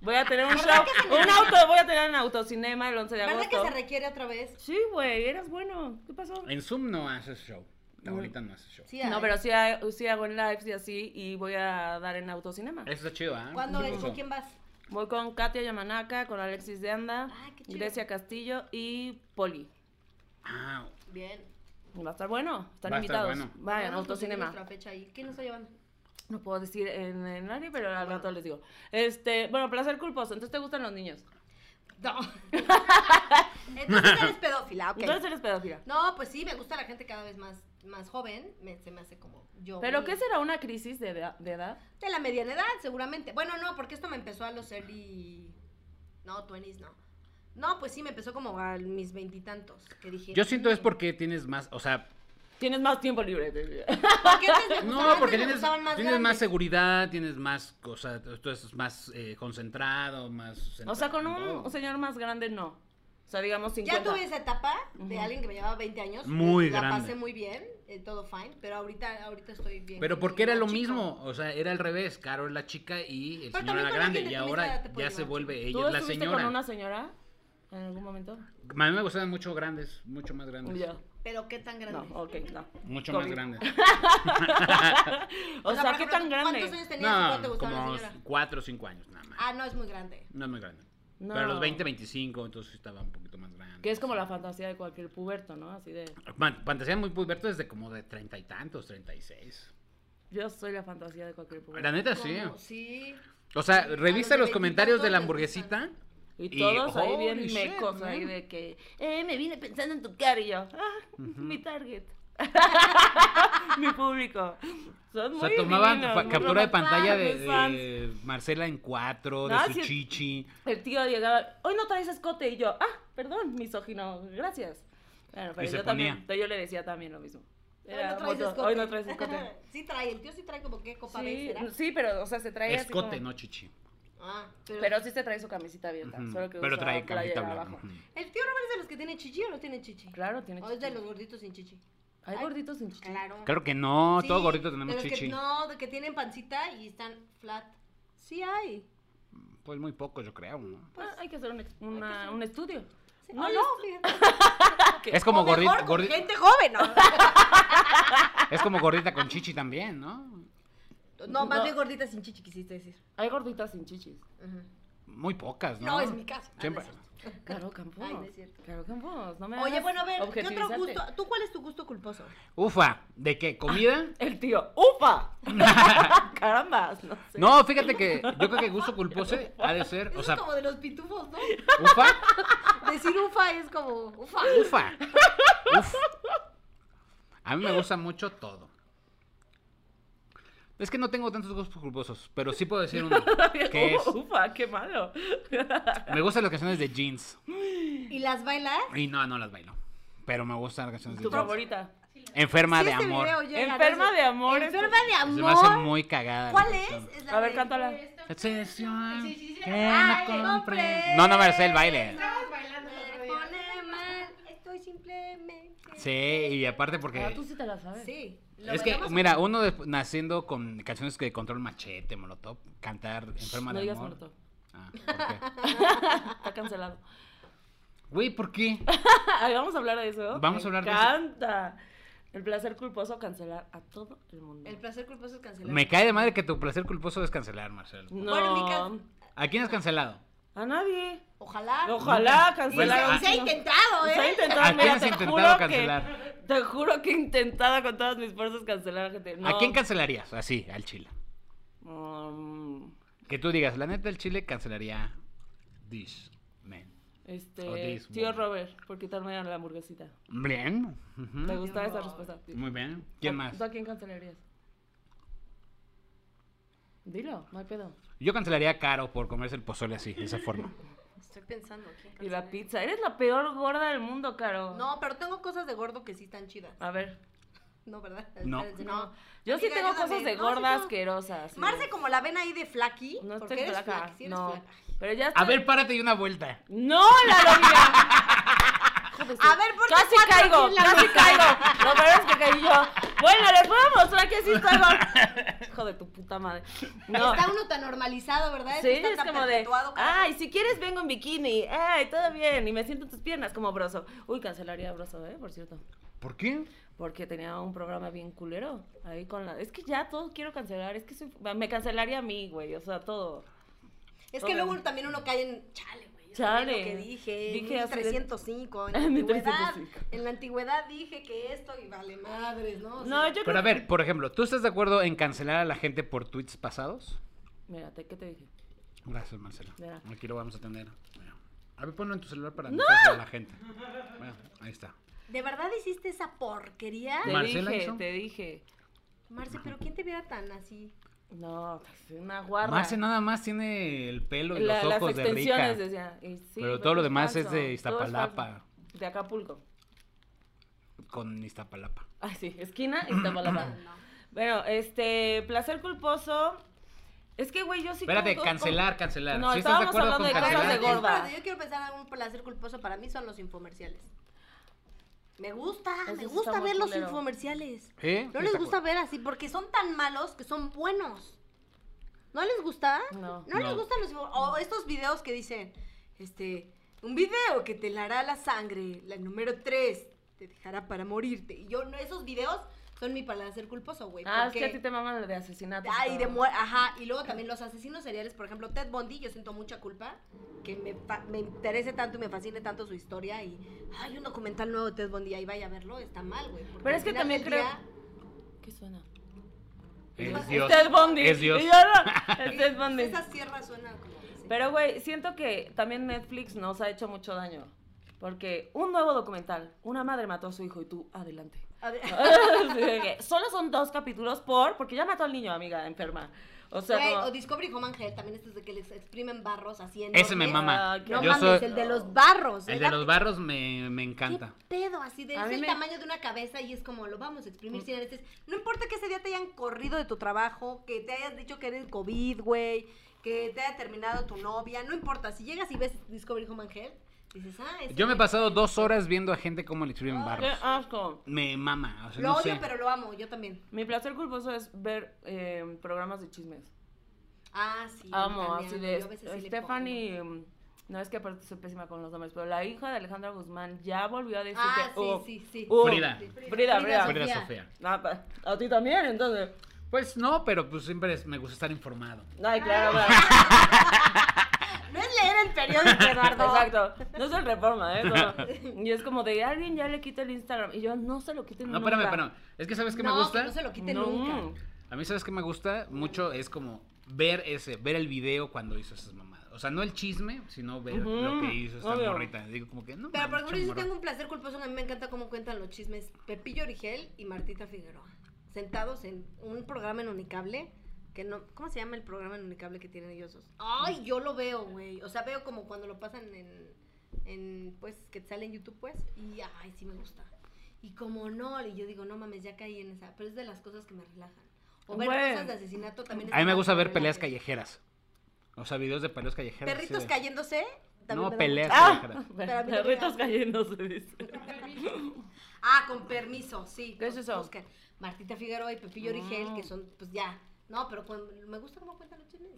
D: Voy a tener un
C: ¿Verdad
D: show,
C: que se
D: un auto, voy a tener un autocinema el 11 de
C: ¿Verdad que
D: agosto.
C: se requiere otra vez?
D: Sí, güey, eras bueno. ¿Qué pasó?
B: En Zoom no haces show. Ahorita no haces show.
C: Sí,
D: No,
C: ay.
D: pero sí, ha- sí hago en lives y así, y voy a dar en autocinema.
B: Eso está chido, ¿ah?
C: ¿Cuándo
B: Sí,
C: es?
B: eso.
C: ¿Con quién vas?
D: Voy con Katia Yamanaka, con Alexis de Anda,
C: Ay, qué chido.
D: Grecia Castillo y Poli.
B: Ah,
C: Bien.
D: Va a estar bueno, están
B: Va a estar
D: invitados.
B: bueno.
D: Vayan,
C: Vamos a conseguir
D: autocinema.
C: nuestra fecha ahí. ¿Quién nos está llevando?
D: No puedo decir en el área, pero al rato les digo. Este, bueno, placer culposo. Entonces te gustan los niños.
C: No. Entonces eres pedófila, ok.
D: Entonces eres pedófila.
C: No, pues sí, me gusta la gente cada vez más, más joven. Me- se me hace como yo.
D: ¿Pero
C: muy-
D: qué será una crisis de edad? De edad?
C: De la mediana edad, seguramente. Bueno, no, porque esto me empezó a los early. No, 20s, no. No, pues sí, me empezó como a mis veintitantos. Que dije.
B: Yo siento es
C: "Mm".
B: porque tienes más, o sea,
D: Tienes más tiempo libre.
C: Porque antes me gustaban-
B: no,
C: antes
B: porque
C: me
B: tienes,
C: gustaban más
B: tienes más
C: grandes.
B: seguridad, tienes más cosas, tú estás más eh, concentrado, más...
D: O sea, con
B: centrado.
D: un señor más grande, no. O sea, digamos 50.
C: Ya tuve esa etapa de
D: Ujú.
C: alguien que me llevaba 20 años.
B: Muy
C: la
B: grande.
C: pasé muy bien, eh, todo fine, pero ahorita, ahorita estoy bien.
B: Pero
C: con
B: porque
C: mi
B: era lo
C: chico.
B: mismo, o sea, era al revés, Caro es la chica y el
C: Pero
B: señor
C: también
B: era
C: con
B: grande
C: alguien de
B: y
C: tu misma edad
B: ahora
C: te puede
B: ya se
C: llevar,
B: vuelve
D: ¿Tú
B: ella es la
D: estuviste
B: señora.
D: con una señora en algún momento?
B: A mí me gustaban mucho grandes, mucho más grandes.
D: Yo.
C: Pero qué tan grande.
D: No, ok, no.
B: Pues Mucho
D: COVID.
B: más grandes.
D: O, sea,
C: por
D: ¿qué
C: ejemplo,
D: tan grande?
C: ¿Cuántos años tenías y cuánto te
B: No,
C: gustaba la
B: como
C: señora?
B: 4 o 5 años nada más.
C: Ah, no, es muy grande.
B: No es muy grande.
D: No.
B: Pero a los 20, 25, entonces sí estaba un poquito más grande.
D: Que es como la fantasía de cualquier puberto, ¿no? Así de.
B: Man- Fantasía muy puberto desde como de treinta y tantos, treinta y seis.
D: Yo soy la fantasía de cualquier
B: La
D: puberto.
B: neta sí.
C: ¿Cómo? Sí.
B: O sea,
C: A los
B: revisa
C: de
B: los comentarios de la
C: veintitantos les
B: hamburguesita.
D: Y todos ahí
B: holy
D: bien
B: shit,
D: mecos,
B: ¿no?
D: ahí de que, eh, me vine pensando en tu cara y yo, ah, mi target. mi público. Son muy
B: O sea, tomaban
D: divinos,
B: fa-
D: muy
B: captura de
D: romantizados,
B: pantalla de,
D: mis fans.
B: de Marcela en cuatro, de
D: No,
B: su
D: sí.
B: chichi.
D: El tío llegaba, hoy no traes escote, y yo, ah, perdón, misógino, gracias. Bueno, pero
B: Y se
D: yo también,
B: ponía.
D: yo le decía también lo mismo.
C: Hoy no
D: Era
C: traes
D: moto,
C: escote.
D: hoy no traes escote.
C: sí trae, el tío sí trae como que copa B,
D: Sí,
C: ¿será?
D: sí, pero, o sea, se trae así
B: Escote,
D: como-
B: no chichi.
C: Ah, pero,
D: Pero sí se trae su camisita abierta,
B: Ujú,
D: solo que
B: Pero
D: usa
B: trae
D: playera
B: camiseta blanca.
D: abajo.
B: ujú.
C: ¿El tío Robert es de los que tiene chichi o no tiene chichi?
D: Claro, tiene
C: ¿O es de
D: chichi.
C: los gorditos sin chichi?
D: Hay
C: Ay,
D: gorditos sin chichi.
C: Claro.
B: Claro que no,
C: Sí,
B: todo gordito
C: de
B: tenemos
C: los que-
B: chichi.
C: no, de que tienen pancita y están flat. Sí hay.
B: Pues muy poco, yo creo, ¿no?
D: Ah, hay que hacer un, ex- una- un estudio.
C: Sí.
D: No,
C: Oh,
D: yo
C: no, fíjate.
B: Es como
C: O mejor
B: gordita,
C: con gente joven, ¿no?
B: es como gordita con chichi también, ¿no?
C: No, más
D: No.
C: bien gordita sin chichi quisiste decir.
D: Hay gorditas sin chichis.
C: Ujú.
B: Muy pocas, ¿no?
C: No, es mi caso. Ah, no
B: Siempre-
C: es cierto.
D: Claro, Campos.
C: Ay, no es cierto.
D: Claro, Campos. No me
C: Oye,
D: hagas
C: bueno, a ver, ¿qué otro
D: objetivizarte.
C: gusto? ¿Tú cuál es tu gusto culposo?
B: Ufa, ¿de qué? ¿Comida?
C: Ah,
D: El tío. ¡Upa! Caramba. No sé.
B: No, fíjate que yo creo que gusto culposo ha de ser,
C: Eso
B: o sea,
C: es como de los pitufos, ¿no?
B: ufa,
C: Decir ufa es como ufa.
B: ufa, uf. A mí me gusta mucho todo. Es que no tengo tantos gustos culposos, pero sí puedo decir uno, que es,
C: Oh.
D: Upa, qué malo.
B: me gustan las canciones de jeans,
C: ¿Y las bailas?
B: y no, no las bailo, pero me gustan las canciones de
D: Tu
B: jeans.
D: favorita.
B: Enferma
C: Sí,
B: de
C: este
B: amor.
C: video llega,
D: Enferma
C: ¿no?
D: de amor,
C: Enferma de
B: Se me hace
C: amor.
B: muy cagada. la
C: ¿Cuál es?
B: canción.
C: Es la
D: A ver,
C: de-
D: cántala.
B: Obsesión
E: Sí, sí, sí,
B: que
C: Ay,
B: no compré.
C: compré.
B: No, no me sé el baile.
E: Estábamos bailando el otro
C: Me
E: día.
C: pone mal, estoy simplemente.
B: Sí, y aparte porque...
D: Ah, tú sí te la sabes.
C: Sí. lo
B: Es que,
C: bailamos
B: mira, uno de- naciendo con canciones que control machete, molotov, cantar enferma
D: no
B: de
D: digas
B: amor.
D: molotov.
B: Ah, ¿por qué?
D: Está cancelado.
B: Güey, ¿por qué?
D: Ay, Vamos a hablar de eso.
B: Vamos a
D: Me
B: hablar de eso.
D: encanta. El placer culposo cancelar a todo el mundo.
C: El placer culposo es cancelar.
B: Me cae de madre que tu placer culposo es cancelar, Marcelo.
D: No.
C: Bueno, mi ca-
B: ¿A quién has cancelado?
D: A nadie.
C: Ojalá.
D: Ojalá
C: Pero
B: Bueno,
D: cancelar
B: ah,
C: Ah. pues, se ha intentado,
D: Se ha
C: ¿eh?
D: intentado,
B: ¿A quién
D: mira,
B: has
D: te
B: intentado
D: juro
B: cancelar?
D: Que, te juro que he intentado con todas mis fuerzas cancelar a gente. No.
B: ¿A quién cancelarías? Así, al chile.
D: Mm,
B: Que tú digas, la neta, el chile cancelaría this man. O
D: este,
B: this
D: tío
B: woman.
D: Robert, por quitarme la hamburguesita.
B: Bien. ujú.
D: Me gustaba esa respuesta.
B: Muy bien. Mm. ¿Quién
D: ¿Tú-
B: más?
D: ¿Tú a quién cancelarías? Dilo, no hay pedo.
B: Yo cancelaría a Caro por comerse el pozole así, de esa forma.
C: Estoy pensando. ¿quién
D: Y la
C: cancelar?
D: pizza. Eres la peor gorda del mundo, Caro.
C: No, pero tengo cosas de gordo que sí están chidas.
D: A ver.
C: No, ¿verdad?
B: No.
C: Espérense,
D: Yo Ah. sí
C: Amiga,
D: tengo
C: ayúdame.
D: cosas de
C: No, sí
D: gorda
C: tengo-
D: asquerosas. sí.
C: Marce como la ven ahí de flaky.
D: No
C: porque
D: estoy
C: eres
D: flaca.
C: flaky, sí eres
D: no.
C: flaca.
D: Pero ya
B: A
D: estoy-
B: ver, párate y una vuelta.
D: No, la amiga.
C: A ver, ¿por qué
D: Ah, pues Casi
C: cuatro
D: caigo,
C: aquí en la
D: casi
C: mesa?
D: caigo. Lo peor es que caí yo. Bueno, les voy a mostrar que sí estoy gorda. Hijo de tu puta madre. No.
C: Está uno tan normalizado, ¿verdad?
D: Sí,
C: Está
D: es
C: tan
D: como de, ah,
C: perpetuado como-
D: ay, si quieres vengo en bikini, ay, todo bien, y me siento en tus piernas como broso. Uy, cancelaría a broso, ¿eh? Por cierto.
B: ¿Por qué?
D: Porque tenía un programa bien culero. Ahí con la... Es que ya todo quiero cancelar. Es que soy- me cancelaría a mí, güey. O sea, todo.
C: Es que luego también uno cae en chale, güey. yo sabía
D: Chale.
C: Lo que dije,
D: Dije
C: en
D: hace de-
C: 305, en la
D: En mi
C: antigüedad.
D: 305.
C: En la antigüedad dije que esto y vale madres, ¿no? O
D: No,
C: sea,
D: yo creo
B: Pero a
D: que-
B: ver, por ejemplo, ¿tú estás de acuerdo en cancelar a la gente por tweets pasados?
D: Mira, te- ¿qué te dije?
B: Gracias, Marcelo.
D: Mira.
B: Aquí lo vamos a atender. Mira. A ver, ponlo en tu celular para avisarle a la gente. Bueno, ahí está.
C: ¿De verdad hiciste esa porquería?
D: Te
B: ¿Marcela
D: dije,
B: hizo?
D: te dije.
C: Marce, pero ¿quién te viera tan así?
D: No, es una guarra.
B: Marce nada más tiene el pelo y
D: La-
B: los ojos
D: las
B: de rica.
D: extensiones, decía. Y sí,
B: Pero
D: pues,
B: todo lo
D: es
B: demás es
D: falso,
B: de
D: todo es falso.
B: Iztapalapa.
D: De Acapulco.
B: Con Iztapalapa.
D: Ay, sí, esquina Iztapalapa. Bueno, este, placer culposo. Es que, güey, yo sí
B: Espérate,
D: creo que-
B: cancelar, cancelar.
D: No,
B: ¿Sí estás de
D: estábamos
B: acuerdo con
D: hablando de cosas
B: cancelar?
D: de gordo. gorda.
C: Espérate, yo quiero pensar en algún placer culposo. Para mí son los infomerciales. Me gusta,
D: Eso sí
C: me
D: está
C: gusta
D: muy
C: ver los
D: culero.
C: infomerciales.
B: ¿Eh?
C: No les
B: Está
C: gusta
B: cool.
C: ver así porque son tan malos que son buenos. ¿No les gusta?
D: No.
B: No.
C: les gustan los info- o estos videos que dicen este un video que te hará la sangre, la número 3 te dejará para morirte. Y yo no esos videos son mi placer culposo, güey,
D: Ah, es
C: porque
D: que a ti te maman lo de asesinato.
C: Ay, de muer- ajá, y luego también los asesinos seriales, por ejemplo, Ted Bundy, yo siento mucha culpa que me, fa- me interese tanto y me fascine tanto su historia y hay un documental nuevo de Ted Bundy, ahí vaya a verlo, está mal, güey. porque
D: Pero es
C: al
D: que
C: final
D: también
C: del
D: creo-
C: día-
D: ¿Qué suena?
B: Es Dios.
D: Ted Bundy.
B: Es Dios.
D: Y yo no, Este es Ted Bundy.
C: Esa sierra suena como... así.
D: Pero, güey, siento que también Netflix nos ha hecho mucho daño. Porque un nuevo documental, una madre mató a su hijo y tú, adelante.
C: A ver.
D: Sí, de que Solo son dos capítulos por, porque ya mató al niño, amiga, enferma. O sea,
C: Güey,
D: como-
C: o Discovery Home Angel, también estos de que les exprimen barros así en
B: Ese me mama.
D: Ah, qué
C: No
B: Yo
C: mames,
B: soy...
C: el de los barros.
B: El
C: es
B: de
C: la-
B: los barros me, me encanta.
C: ¿Qué pedo? Así de,
D: A
C: es
D: mí
C: el
D: me-
C: tamaño de una cabeza y es como, lo vamos a exprimir sin anestesia. No importa que ese día te hayan corrido de tu trabajo, que te hayas dicho que eres COVID, güey, que te haya terminado tu novia, no importa. Si llegas y ves Discovery Home Angel, dices, ah, es...
B: Yo me he pasado dos horas viendo a gente cómo le escriben
D: qué
B: barros.
D: asco.
B: Me mama. O sea,
C: Lo
B: no
C: odio,
B: sé.
C: pero lo amo, yo también.
D: Mi placer culposo es ver eh, programas de chismes.
C: Ah, sí.
D: Amo,
C: Mariana,
D: así
C: yo a
D: de
C: veces sí le
D: Stephanie. mm, No es que aparte soy pésima con los nombres, pero la hija de Alejandra Guzmán ya volvió a
C: pongo.
D: decir
C: Ah,
D: que. oh,
C: sí, sí, sí.
D: oh,
B: Frida.
D: Frida, Frida.
B: Frida
C: Sofía.
B: Sofía.
D: Ah, pa- a ti también, entonces.
B: Pues no, pero pues siempre es- me gusta estar informado.
D: Ay, claro, claro.
C: Ah. No
D: Exacto. No es el reforma, ¿eh? Como- y es como de alguien ya le quita el Instagram. Y yo no se lo quiten
B: No,
D: nunca.
B: espérame, espérame. Es que sabes qué
C: no,
B: me gusta.
C: que no se lo quite
D: No.
C: nunca.
B: A mí sabes qué me gusta mucho es como ver ese, ver el video cuando hizo esas mamadas. O sea, no el chisme, sino ver
D: Ujú,
B: lo que hizo esta
D: obvio.
B: morrita. Digo como que no.
C: Pero por
B: mames,
C: ejemplo, yo sí
B: chamorra.
C: tengo un placer culposo que a mí me encanta cómo cuentan los chismes. Pepillo Origel y Martita Figueroa. Sentados en un programa en Unicable. Que no, ¿Cómo se llama el programa en Unicable que tienen ellos dos? Ay, yo lo veo, güey. O sea, veo como cuando lo pasan en, en, pues, que sale en YouTube, pues. Y, ay, sí me gusta. Y como no, y yo digo, no mames, ya caí en esa. Pero es de las cosas que me relajan. O ver
D: Güey.
C: cosas de asesinato también. es
B: A mí me
C: algo
B: gusta
C: que
B: ver peleas
C: relaja.
B: callejeras. O sea, videos de peleas callejeras. así
C: Perritos
B: de-
C: cayéndose. también me da
B: No,
C: mucho.
B: peleas
D: ¡Ah!
B: callejeras.
C: Espérame, no
D: Perritos
C: digas.
D: cayéndose, dice.
C: Ah, con permiso, sí.
D: ¿Qué es
C: con-
D: eso? Ah.
C: busquen. Martita Figueroa y Pepillo Origel, que son, pues ya. No, pero con- me gusta cómo cuentan los chismes.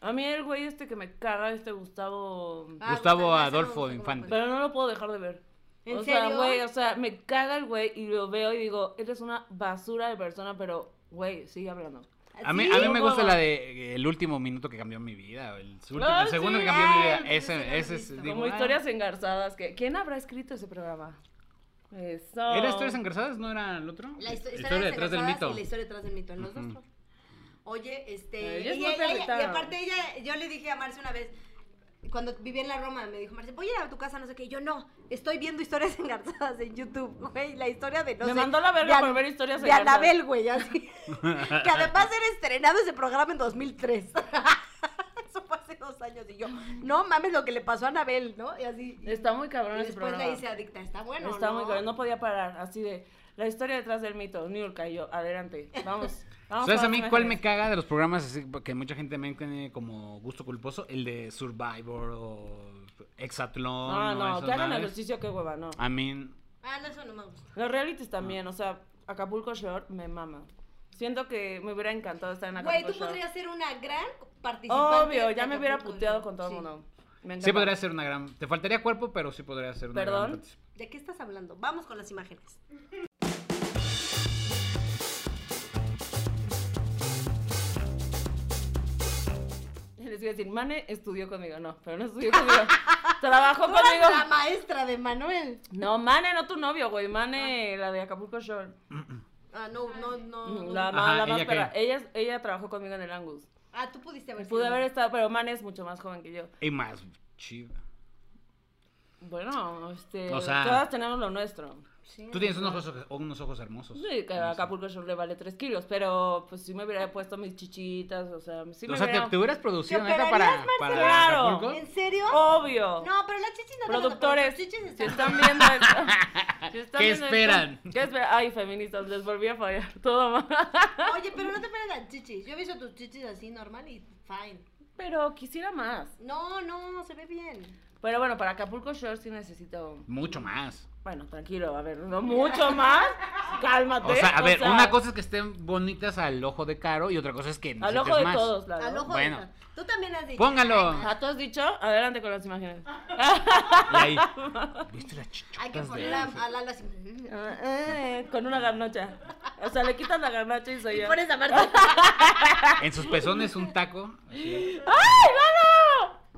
D: A mí el güey este que me caga, este Gustavo...
C: Ah,
B: Gustavo
C: no, ese no me
B: Adolfo
C: gusta cómo
B: Infante.
C: cuentan.
D: Pero no lo puedo dejar de ver.
C: ¿En
D: o sea,
C: serio?
D: güey, o sea, me caga el güey y lo veo y digo, eres una basura de persona, pero, güey, sigue hablando.
B: A mí,
C: ¿Sí?
B: a mí me gusta
D: Huevo.
B: la de eh, El último minuto que cambió mi vida. o El, su último-
D: Ah,
B: el segundo
D: sí.
B: que cambió mi vida.
C: Ay, pues ese no lo
B: Ese,
C: he
B: ese es.
C: visto.
B: digo,
D: Como
B: ah,
D: historias engarzadas que... ¿Quién habrá escrito ese programa? Eso.
B: ¿Era historias engarzadas? ¿No era el otro?
C: La histo-
B: Historia
C: historia
B: detrás del mito.
C: Y la historia detrás del mito, en los dos, ¿no? Oye, este.
D: Ella es
C: y,
D: muy
C: ella-
D: perrita.
C: y aparte, ella, yo le dije a Marce una vez. Cuando vivía en la Roma, me dijo Marce, voy a ir a tu casa, no sé qué. Y yo no, estoy viendo historias engarzadas en YouTube, güey. La historia de no
D: Me
C: sé,
D: mandó la verga
C: de
D: por
C: An-
D: ver historias de
C: De
D: engarzadas.
C: Anabel, güey, así. que además era estrenado ese programa en 2003. Eso fue hace dos años. Y yo, no mames lo que le pasó a Anabel, ¿no? Y así. y-
D: Está muy
C: y
D: cabrón ese
C: después
D: programa.
C: le hice adicta. Está bueno.
D: Estaba
C: ¿no?
D: muy cabrón, no podía parar, así de la historia detrás del mito, Niurka y yo, adelante, vamos. vamos
B: ¿Sabes
D: para
B: a mí
D: las
B: cuál me
D: imágenes.
B: caga de los programas así que mucha gente también tiene como gusto culposo? El de Survivor o Exatlón.
D: No,
B: o
D: no,
B: esas
D: que hagan
B: madres.
D: ejercicio, qué hueva, no.
B: I mean,
C: Ah, no, eso no me gusta.
D: Los realities
B: Ah.
D: también, o sea, Acapulco Short me mama. Siento que me hubiera encantado estar en Acapulco
C: Güey, tú
D: Shore.
C: podrías ser una gran participante.
D: Obvio,
C: de
D: ya me hubiera
C: Acapulco,
D: puteado
C: ¿no?
D: con todo el
C: Sí.
D: mundo. Me
B: sí
D: encanta.
B: podría ser una gran... Te faltaría cuerpo, pero sí podría ser una
D: ¿Perdón?
B: gran... participa-
C: ¿De qué estás hablando? Vamos con las imágenes.
D: Les iba a decir, Mane estudió conmigo, no, pero no estudió conmigo. Trabajó
C: Tú eras
D: conmigo.
C: la maestra de Manuel.
D: No, Mane, no tu novio, güey, Mane, la de Acapulco Short.
C: Ah, no, no, no. no.
D: Mm, La,
B: Ajá,
D: ma- la más
B: ¿ella qué?
D: perra. Ella, ella trabajó conmigo en el Angus.
C: Ah, tú pudiste haber
D: Pude
C: sido.
D: haber estado, pero Mane es mucho más joven que yo.
B: Y más chida.
D: Bueno, este,
B: O sea-
D: todas tenemos lo nuestro.
C: Sí.
B: Tú tienes unos ojos, unos ojos hermosos.
D: Pues Sí, que a Acapulco Shore le vale 3 kilos, pero pues sí me hubiera puesto mis chichitas, o sea, sí me
B: o sea, te,
D: hubiera...
B: te hubieras producido
C: ¿Te
B: neta para,
C: operarías,
B: para
D: Marcelo? Claro.
B: Acapulco.
C: ¿En serio?
D: Obvio.
C: No, pero las chichis no te van a-
D: Oh. Productores,
C: pero tus chichis
D: si
C: están-
D: están viendo esto, si están
B: ¿Qué
D: viendo esto,
B: esperan?
D: ¿Qué esperan? Ay, feministas, les volví a fallar, todo mal.
C: Oye, pero no te pones las chichis. Yo he visto tus chichis así normal y fine.
D: Pero quisiera más.
C: No, no, se ve bien.
D: Pero bueno, para Acapulco Shore sí necesito...
B: Mucho más.
D: Bueno, tranquilo, a ver, no mucho más, cálmate.
B: O sea, a ver, una cosa es que estén bonitas al ojo de Caro y otra cosa es que
D: Al
B: necesites
D: ojo de
B: más.
D: todos, la
C: Al
D: verdad.
C: ojo
B: Bueno.
C: de esta. Tú también has dicho.
B: Póngalo.
C: Ay,
D: ¿A tú has dicho? Adelante con las imágenes.
B: Y ahí, ¿viste las
C: Hay que
B: chichotas de-
C: poner a- a Lalo así. Y
D: Ah, eh, Con una garnacha. O sea, le quitas la garnacha y soy yo.
C: pones a Marta.
B: En sus pezones un taco. así.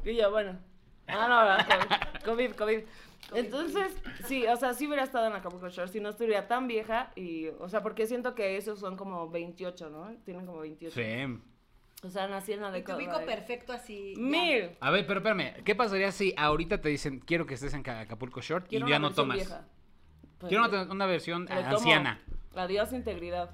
D: Y yo, bueno. Ah, no, no, co- COVID, COVID. Entonces, sí, o sea, sí hubiera estado en Acapulco Shore si no estuviera tan vieja y, o sea, porque siento que esos son como 28, ¿no? Tienen como 28.
B: Sí.
D: O sea, nací en la
C: Y te
D: década.
C: ubico
D: de-
C: perfecto así. ya.
D: Mil.
B: A ver, pero espérame, ¿qué pasaría si ahorita te dicen quiero que estés en Ca- Acapulco Short y ya no tomas?
D: Pues
B: Quiero una, una versión
D: Le tomo.
B: anciana.
D: Adiós, integridad.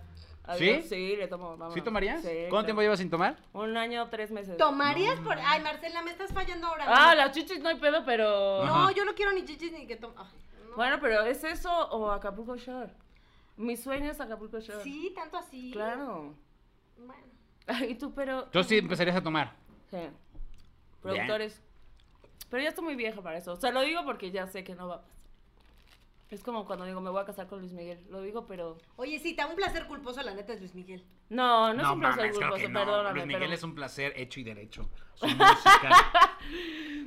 B: ¿Sí?
D: Adiós, ¿Sí? Sí, le tomo. vámonos.
B: ¿Sí tomarías?
D: Sí,
B: ¿Cuánto tiempo
D: claro.
B: llevas sin tomar?
D: Un año, tres meses.
C: ¿Tomarías por.? Ay, Marcela, me estás fallando ahora.
D: Ah,
C: mami.
D: las chichis no hay pedo, pero.
B: Ajá.
C: No, yo no quiero ni chichis ni que tome. Ay, no.
D: Bueno, pero ¿es eso o Acapulco Shore? Mi sueño es Acapulco Shore.
C: Sí, tanto así.
D: Claro.
C: Bueno.
D: Y tú, pero.
B: Entonces sí empezarías a tomar.
D: Sí. Productores. Pero ya estoy muy vieja para eso. O sea, lo digo porque ya sé que no va a pasar. Es como cuando digo, me voy a casar con Luis Miguel. Lo digo, pero.
C: Oye, sí, te da un placer culposo, la neta es Luis Miguel.
D: No, no, es un placer
B: mames, creo
D: culposo,
B: que no.
D: perdóname.
B: Luis Miguel
D: pero-
B: es un placer hecho y derecho. Su música.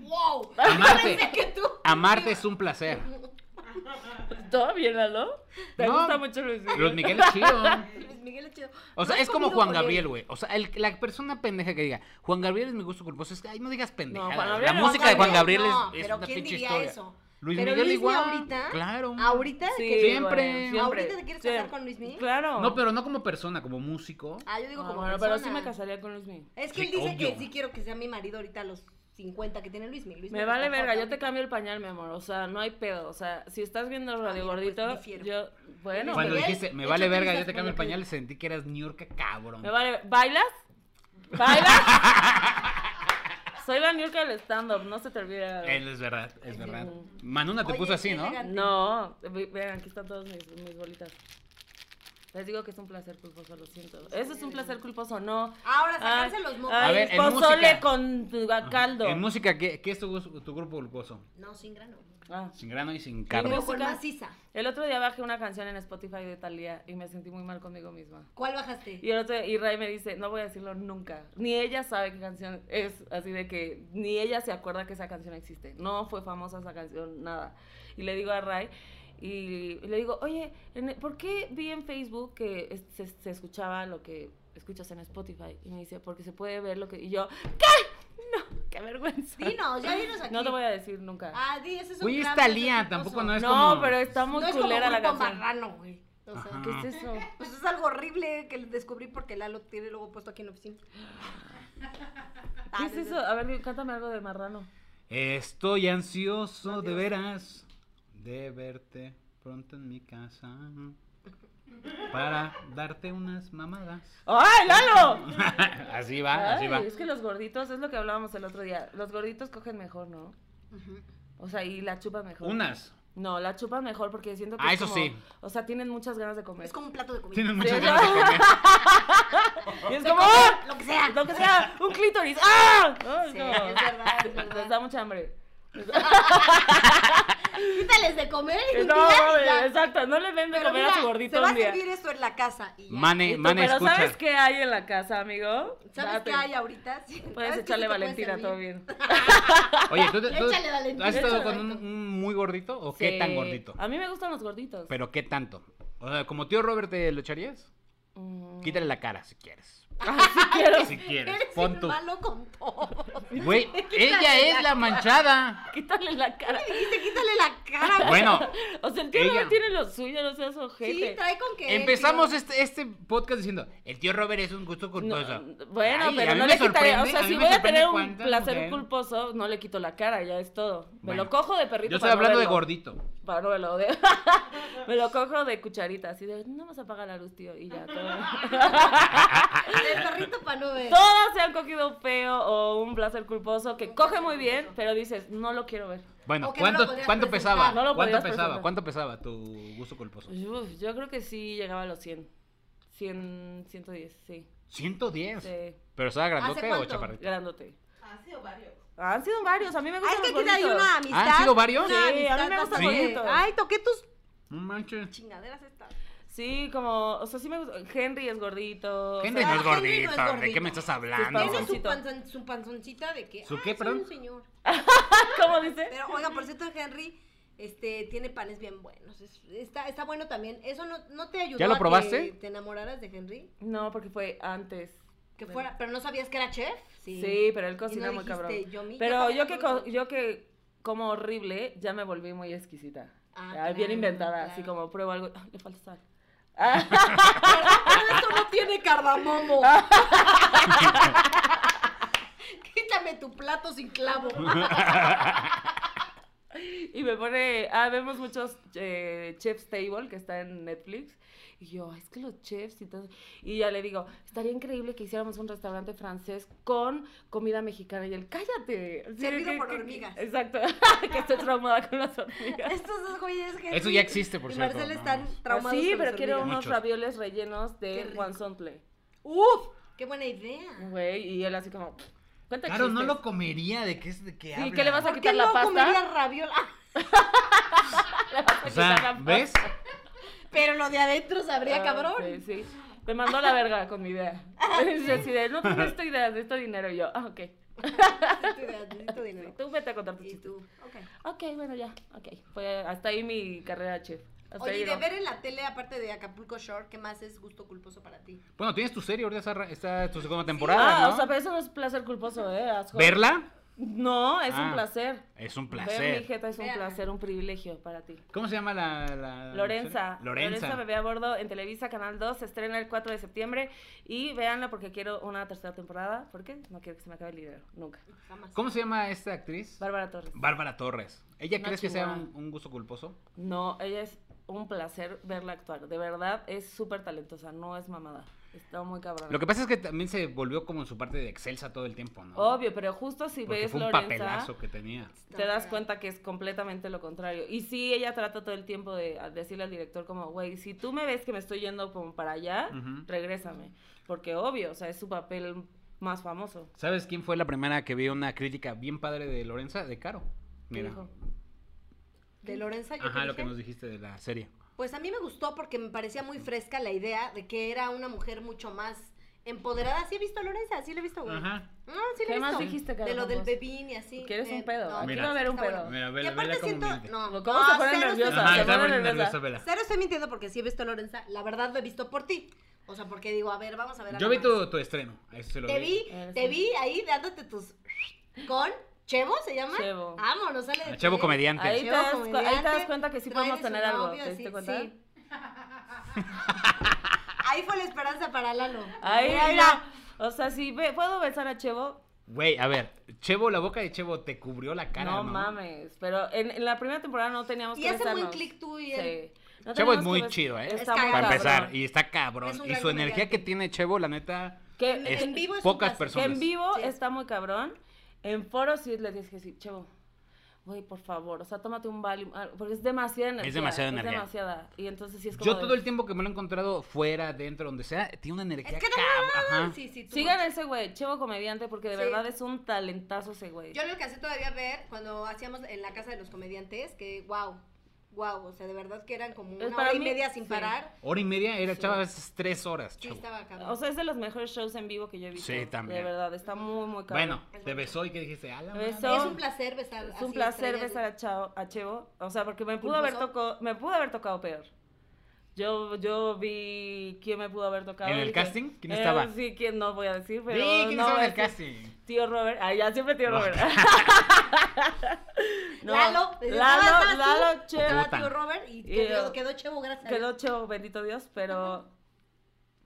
C: ¡Wow!
B: Amarte.
C: Pensé que tú.
B: Amarte es un placer.
D: gustó? Viéralo. ¿Te
B: No.
D: gusta mucho Luis Miguel?
B: Luis Miguel es chido.
C: Luis Miguel es chido.
B: O sea,
C: No he
B: es como
C: comido
B: Juan
C: con él.
B: Gabriel, güey. O sea, el- la persona pendeja que diga, Juan Gabriel es mi gusto culposo. Es que, ay, no digas pendeja.
D: Juan
B: la
D: Gabriel no,
B: música de Juan Gabriel es,
C: no,
B: es
C: pero
B: una
C: ¿quién
B: pinche
C: diría
B: historia.
C: eso?
B: Luis
C: Pero
B: Miguel
C: Luis
B: igual.
C: ahorita-
B: Claro.
C: Ahorita
D: Sí,
C: que-
B: Siempre.
D: güey,
C: ¿Ahorita te quieres casar
D: Siempre.
C: con Luis Miguel?
D: Claro.
B: No, pero no como persona, como músico.
C: Ah, yo digo
D: Ah,
C: como
D: bueno,
C: persona.
D: pero sí me casaría con Luis Miguel.
C: Es que
B: Sí,
C: él dice que
B: obvio.
C: sí quiero que sea mi marido ahorita a los 50 que tiene Luis Miguel. Luis
D: Me
C: Miguel
D: vale
C: está
D: verga,
C: joven
D: yo te
C: ahorita.
D: cambio el pañal, mi amor. O sea, no hay pedo. O sea, si estás viendo Radio
C: mira, pues,
D: Gordito,
C: difiero.
D: yo.
C: Luis
D: Bueno,
B: Cuando
D: pero-
C: Miguel,
B: dijiste, me
C: de
B: vale
C: hecho,
B: verga,
C: tú
B: yo te
C: estás
B: cambio el
C: con la
B: pañal, sentí que eras niurca, cabrón.
D: me vale. ¿Bailas? ¿Bailas? Soy la Niurka del stand-up, no se te olvide.
B: Él es verdad, es verdad.
D: Mm.
B: Manuna te
C: Oye,
B: puso así,
C: qué
B: ¿no?
C: elegante.
D: No, ve- vean, aquí están todas mis, mis bolitas. Les digo que es un placer culposo, lo siento. Eso es un placer culposo, no.
C: Ahora,
D: Ay,
C: sacarse los mocos.
D: ay,
B: A ver, en
D: pozole
B: música.
D: con tu- a caldo.
B: En música, ¿qué, qué es tu, gus- tu grupo glucoso?
C: No, sin grano.
D: Ah.
B: Sin grano y sin
C: Pero
B: carne.
D: música.
C: con maciza.
D: El otro día bajé una canción en Spotify de Thalía y me sentí muy mal conmigo misma.
C: ¿Cuál bajaste?
D: Y, el otro, y Ray me dice, no voy a decirlo nunca. Ni ella sabe qué canción es, así de que ni ella se acuerda que esa canción existe. No fue famosa esa canción, nada. Y le digo a Ray, y le digo, oye, en- e, ¿por qué vi en Facebook que es- se, se escuchaba lo que escuchas en Spotify? Y me dice, porque se puede ver lo que... Y yo, ¿qué? No, qué vergüenza.
C: Dinos, ya dinos aquí.
D: No te voy a decir nunca.
C: Ah, di, ese es un
B: Oye, es
C: clavo, ese
B: Thalía,
C: un
B: tampoco
C: coso.
B: no es
D: no,
B: como-
D: pero está muy
C: No es como
D: culera la
C: pulpo
D: canción.
C: marrano, güey. O sea,
B: Ajá.
D: ¿Qué es eso?
C: pues es algo horrible que descubrí porque Lalo tiene luego puesto aquí en la oficina. Ah.
D: ¿Qué es eso? A ver, cántame algo de marrano.
B: Estoy ansioso de veras de verte pronto en mi casa para darte unas mamadas.
D: ¡Ay, Lalo!
B: así va, Ah, así
D: Ay,
B: va.
D: Es que los gorditos, es lo que hablábamos el otro día. Los gorditos cogen mejor, ¿no? O sea, y la chupan mejor.
B: Unas.
D: No, la chupan mejor porque siento que.
B: Ah,
D: es
B: eso
D: como-
B: sí.
D: O sea, tienen muchas ganas de comer.
C: Es como un plato de comida.
B: Tienes
D: Sí,
B: muchas
D: o sea,
B: ganas de comer.
D: y es
C: Se
D: como.
C: come
D: ¡ah!
C: Lo que sea.
D: Lo que sea, un clítoris. ¡Ah! No,
C: Sí, es verdad, es verdad.
D: Les da mucha hambre.
C: Quítales de comer y
D: No,
C: tiras y
D: mames,
C: ya.
D: exacto. No le den de
C: Pero
D: comer a
C: mira,
D: su gordito
C: se va
D: un día.
C: a servir esto en la casa y ya.
D: Y
B: Mane,
D: tú,
B: mane,
D: pero
B: escucha.
D: ¿sabes qué hay en la casa, amigo?
C: ¿Sabes
D: Date.
C: qué hay ahorita? Sí, ¿sabes
D: Puedes
C: qué
D: echarle
C: sí te puede
D: Valentina,
C: servir?
D: todo bien.
B: Oye, ¿tú, te- tú-
C: Échale, Valentina,
B: has estado
C: échale.
B: con un, un muy gordito o qué
D: Sí. Ah, pues.
B: tan gordito?
D: A mí me gustan los gorditos.
B: Pero qué tanto. O sea, como tío Robert te lo echarías?
D: Mm.
B: Quítale la cara si quieres.
D: Si quieres,
B: Si quieres,
C: Eres
B: pon
C: un
B: tu
C: malo con todo.
B: Güey, ella es la manchada.
D: quítale la cara.
C: Dijiste, quítale la cara.
B: Bueno,
D: O sea, el tío
B: Ella.
D: Robert tiene lo suyo, no seas
C: Sí,
D: ojete.
C: trae con que.
B: empezamos
C: tío.
B: este, este podcast diciendo, el tío Robert es un gusto
D: No, mm,
B: culposo. Pues,
D: bueno,
B: Ay, a
D: pero
B: mí
D: no
B: me
D: le quitaré. O
B: sorprende, a
D: sea,
B: mí
D: si
B: me
D: voy a
B: sorprende
D: tener un
B: cuánta
D: placer
B: mujer-
D: culposo, no le quito la cara, ya es todo. Me
B: Bueno,
D: lo cojo de perrito.
B: Yo estoy
D: para no
B: hablando de
D: verlo.
B: gordito.
D: Para no verlo, de- me lo cojo de cucharita, así de, no nos apaga la luz, tío, y ya. Todo...
C: Del perrito para no ver.
D: Todas se han cogido un feo o un placer culposo que coge muy bien, pero dices, no lo quiero ver.
B: Bueno,
C: O que no lo
B: ¿cuánto,
C: podías
B: cuánto
C: presentar.
B: pesaba?
D: No lo
B: ¿Cuánto
D: podías
B: pesaba?
D: presentar.
B: ¿Cuánto pesaba tu gusto culposo?
D: Pues, Uf, yo creo que sí llegaba a los 100. 100, 110, sí.
B: 110.
D: sí.
B: ¿Pero estaba grandote o
C: cuánto?
B: chaparrito?
D: Grandote.
C: Ah,
D: Han sido varios. Han sido varios. A mí me
C: Ay,
D: gustan
C: es que
D: los
C: aquí hay
D: gorditos.
C: una
B: Ah,
C: amistad.
B: ¿Han sido varios?
C: una
D: Sí,
C: amistad
D: a mí me gustan
B: los
C: bastante-
D: gorditos.
C: Ay, toqué tus
B: No manches.
C: chingaderas estas.
D: Sí, como, o sea, sí me gusta. Henry es gordito. o
B: Henry
D: sea,
B: no es
C: Henry no es
B: gordito. ¿De qué
C: gordito.
B: me estás
D: No.
B: hablando?
C: Tiene su,
D: Panzoncito.
C: panzon- su panzoncita de que.
B: Ah, ¿Su
C: "Ay,
B: qué,
C: soy
B: perdón?
C: un señor.
D: ¿Cómo dice?
C: Pero, oiga, por cierto, Henry este, tiene panes bien buenos. Es- está, está bueno también. ¿Eso no, no te ayudó
B: ¿Ya lo
C: a
B: probaste?
C: que te enamoraras de Henry?
D: No, porque fue antes.
C: Que fuera, pero no sabías que era chef.
D: Sí, pero él cocina
C: no
D: muy
C: dijiste,
D: cabrón.
C: yo mi- yo
D: pero
C: también
D: yo que,
C: como-
D: co- yo que como horrible, ya me volví muy exquisita.
C: Ah,
D: Ah, bien
C: claro,
D: inventada,
C: claro.
D: así como pruebo algo. "Ah, le falta sal.
C: Pero esto no tiene cardamomo. Quítame tu plato sin clavo.
D: Y me pone, ah, vemos muchos eh, Chef's Table que está en Netflix. Y yo, "Ay, es que los chefs y todo. Y ya le digo, estaría increíble que hiciéramos un restaurante francés con comida mexicana. Y él, cállate. Así de
C: Servido
D: que-
C: por
D: que-
C: hormigas.
D: Exacto, que estoy traumada con las hormigas.
C: Estos dos güeyes que.
B: Eso ya existe, por
C: y
B: cierto,
C: Marcela
B: no
C: están
B: mames.
C: traumados.
D: sí,
C: con
D: pero
C: las
D: quiero
C: hormigas.
D: unos
B: Muchos.
D: ravioles rellenos
C: Qué
D: de
C: rico.
D: guanzontle.
C: ¡Uf! ¡Qué buena idea!
D: Güey, y él así como, cuenta
B: Claro, no
D: chistes".
B: lo comería. ¿De qué, es- de qué
D: Sí,
B: habla?
D: ¿qué le vas a
C: ¿Por qué
D: quitar la
C: no
D: pasta?
C: comería raviola?
B: O sea, ¿ves?
C: Pero lo de adentro sabría
D: Ah,
C: cabrón.
D: Sí, sí. Me mandó a la verga con mi idea. Es decir, no tengo esta idea, necesito dinero. Y yo, ah, ok.
C: Necesito dinero, necesito dinero.
D: Tú vete a contar tu
C: Y
D: chiste.
C: tú, ok.
D: Ok, bueno, ya, ok. Fue hasta ahí mi carrera de chef. Hasta ahí
C: Oye, y de
D: llegó.
C: ver en la tele, aparte de Acapulco Shore, ¿qué más es gusto culposo para ti?
B: Bueno, tienes tu serie, ahorita está, está tu segunda temporada,
D: Ah,
B: ¿no?
D: o sea, pero eso no es placer culposo, ¿eh? Asco.
B: ¿Verla?
D: No, es
B: Ah.
D: un placer.
B: Es un
D: Ver
B: placer.
D: mi jeta es un
C: Véanla.
D: placer, un privilegio para ti.
B: ¿Cómo se llama la...? la-
D: Lorenza.
B: Ah, Lorenza.
D: Lorenza Bebé a Bordo en Televisa, Canal 2. Se estrena el 4 de septiembre. Y véanla porque quiero una tercera temporada. ¿Por qué? No quiero que se me acabe el dinero. Nunca.
C: Jamás.
B: ¿Cómo se llama esta actriz?
D: Bárbara Torres.
B: Bárbara Torres. ¿Ella
D: Una
B: crees que sea
D: chingona.
B: un, un gusto culposo?
D: No, ella es un placer verla actuar. De verdad, es súper talentosa. No es mamada. Está muy cabrona.
B: Lo que pasa es que también se volvió como en su parte de excelsa todo el tiempo, ¿no?
D: Obvio, pero justo si
B: Porque
D: ves
B: fue un
D: Lorenza,
B: papelazo que tenía.
D: te das cuenta que es completamente lo contrario. Y sí, ella trata todo el tiempo de a- decirle al director como, güey, si tú me ves que me estoy yendo como para allá,
B: Ujú.
D: regrésame. Porque obvio, o sea, es su papel más famoso.
B: ¿Sabes quién fue la primera que vio una crítica bien padre de Lorenza? De Caro.
D: ¿Qué
B: Mira.
D: dijo?
C: De Lorenza, yo
B: Ajá,
C: te
B: lo que
C: dije.
B: nos dijiste de la serie.
C: Pues a mí me gustó porque me parecía muy fresca la idea de que era una mujer mucho más empoderada. Sí he visto a Lorenza, sí le he visto, güey.
B: Ajá.
C: No, sí le
D: ¿Qué
C: he
D: más
C: visto.
D: dijiste,
C: De lo
D: Carlos?
C: del bebín y así.
D: ¿Quieres un
C: Eh,
D: pedo? Aquí
B: Mira. va a
D: haber un
C: está
D: pedo.
B: Mira,
C: y
B: vela,
C: aparte
B: vela cómo
C: siento...
B: miente.
C: No,
D: ¿Cómo se pone
C: cero estoy-
D: nerviosa?
B: Ajá,
D: se
B: está
D: pone
B: muy
D: nerviosa.
B: nerviosa, vela.
C: Cero estoy mintiendo porque sí he visto a Lorenza. La verdad lo he visto por ti. O sea, porque digo, a ver, vamos a ver. a
B: Yo
C: la
B: vi
C: Max.
B: tu, tu estreno. a Eso se lo
C: Te
B: vi.
C: vi,
D: Eh,
C: te vi ahí dándote tus... Con... ¿Chevo se llama?
D: Chevo.
C: Vámonos, sale de
B: A Chavo
C: tu-
B: comediante.
D: Ahí te,
C: Llevo
D: das, cu-
C: comediante,
D: ahí te das cuenta que sí
C: trae
D: podemos
C: de su
D: tener algo.
C: novio,
D: ¿Te
C: sí,
D: diste cuenta?
C: sí. Ahí fue la esperanza para Lalo.
D: Ahí,
C: Mira, mira.
D: mira. O sea, si ve- puedo besar a Chevo,
B: Güey, a ver. Chevo, la boca de Chevo te cubrió la cara, ¿no?
D: no, mames. Pero en, en la primera temporada no teníamos
C: Y
D: que
C: hace muy
D: besarnos.
C: click tú y él.
D: Sí. No
B: Chevo es
D: teníamos
B: muy
D: que bes-
B: chido, ¿eh?
D: Está
C: Es
D: muy
B: Para
C: cagado.
B: empezar.
D: cabrón.
B: Y está cabrón.
C: Es un
B: Y
C: gran
B: su energía
C: comediante.
B: que tiene Chevo, la neta.
D: Que
C: En-
B: es
C: en vivo es un
B: pocas
C: caso.
D: Que
B: personas.
D: en vivo
C: Sí.
D: está muy cabrón. En foro sí le tienes que decir, chevo, güey, por favor, o sea, tómate un Valium, algo", porque es demasiada energía.
B: demasiada energía.
D: demasiada. Y entonces sí es como
B: Yo
D: de-
B: todo el tiempo que me lo he encontrado fuera, dentro, donde sea, tiene una energía
C: Es que no,
B: cab-
C: no, no,
B: Ajá.
C: no. Sí, sí, tú.
D: Sigan a ese güey, chevo comediante, porque de
C: Sí.
D: verdad es un talentazo ese güey.
C: Yo lo alcancé todavía a ver cuando hacíamos en la casa de los comediantes, que wow, wow, o sea, de verdad que eran como
D: Pues
C: una
D: para
C: hora y
D: mí,
C: media sin
D: sí.
C: parar.
B: Hora y media era, chava, es tres horas,
C: Sí,
B: chavo.
C: estaba cabrón.
D: O sea, es de los mejores shows en vivo que yo he visto.
B: Sí, también.
D: De verdad, está muy, muy cabrón.
B: Bueno, te besó y que dijiste, a la
D: Me besó.
B: madre".
C: es un placer besar.
D: Es
C: así
D: un placer
C: estrellas.
D: besar a, Chao- a Chevo. O sea, porque me pudo, haber
C: ¿Culposo?
D: tocado, me pudo haber tocado peor. Yo, yo vi quién me pudo haber tocado.
B: ¿En
D: y
B: el
D: dije,
B: casting? ¿Quién
D: eh,
B: estaba?
D: Sí, quién no voy a decir, pero.
B: Sí, ¿quién
D: no
B: estaba
D: voy a
B: en el
D: decir.
B: casting?
D: Tío Robert. Ah, ya siempre tío Robert.
C: Lalo, desde estabas tú,
D: Lalo, Lalo, Chevo.
C: Estaba tío Robert y
D: Y
C: quedó,
D: yo-
C: quedó chevo, gracias. a Dios.
D: Quedó Chevo, bendito Dios, pero.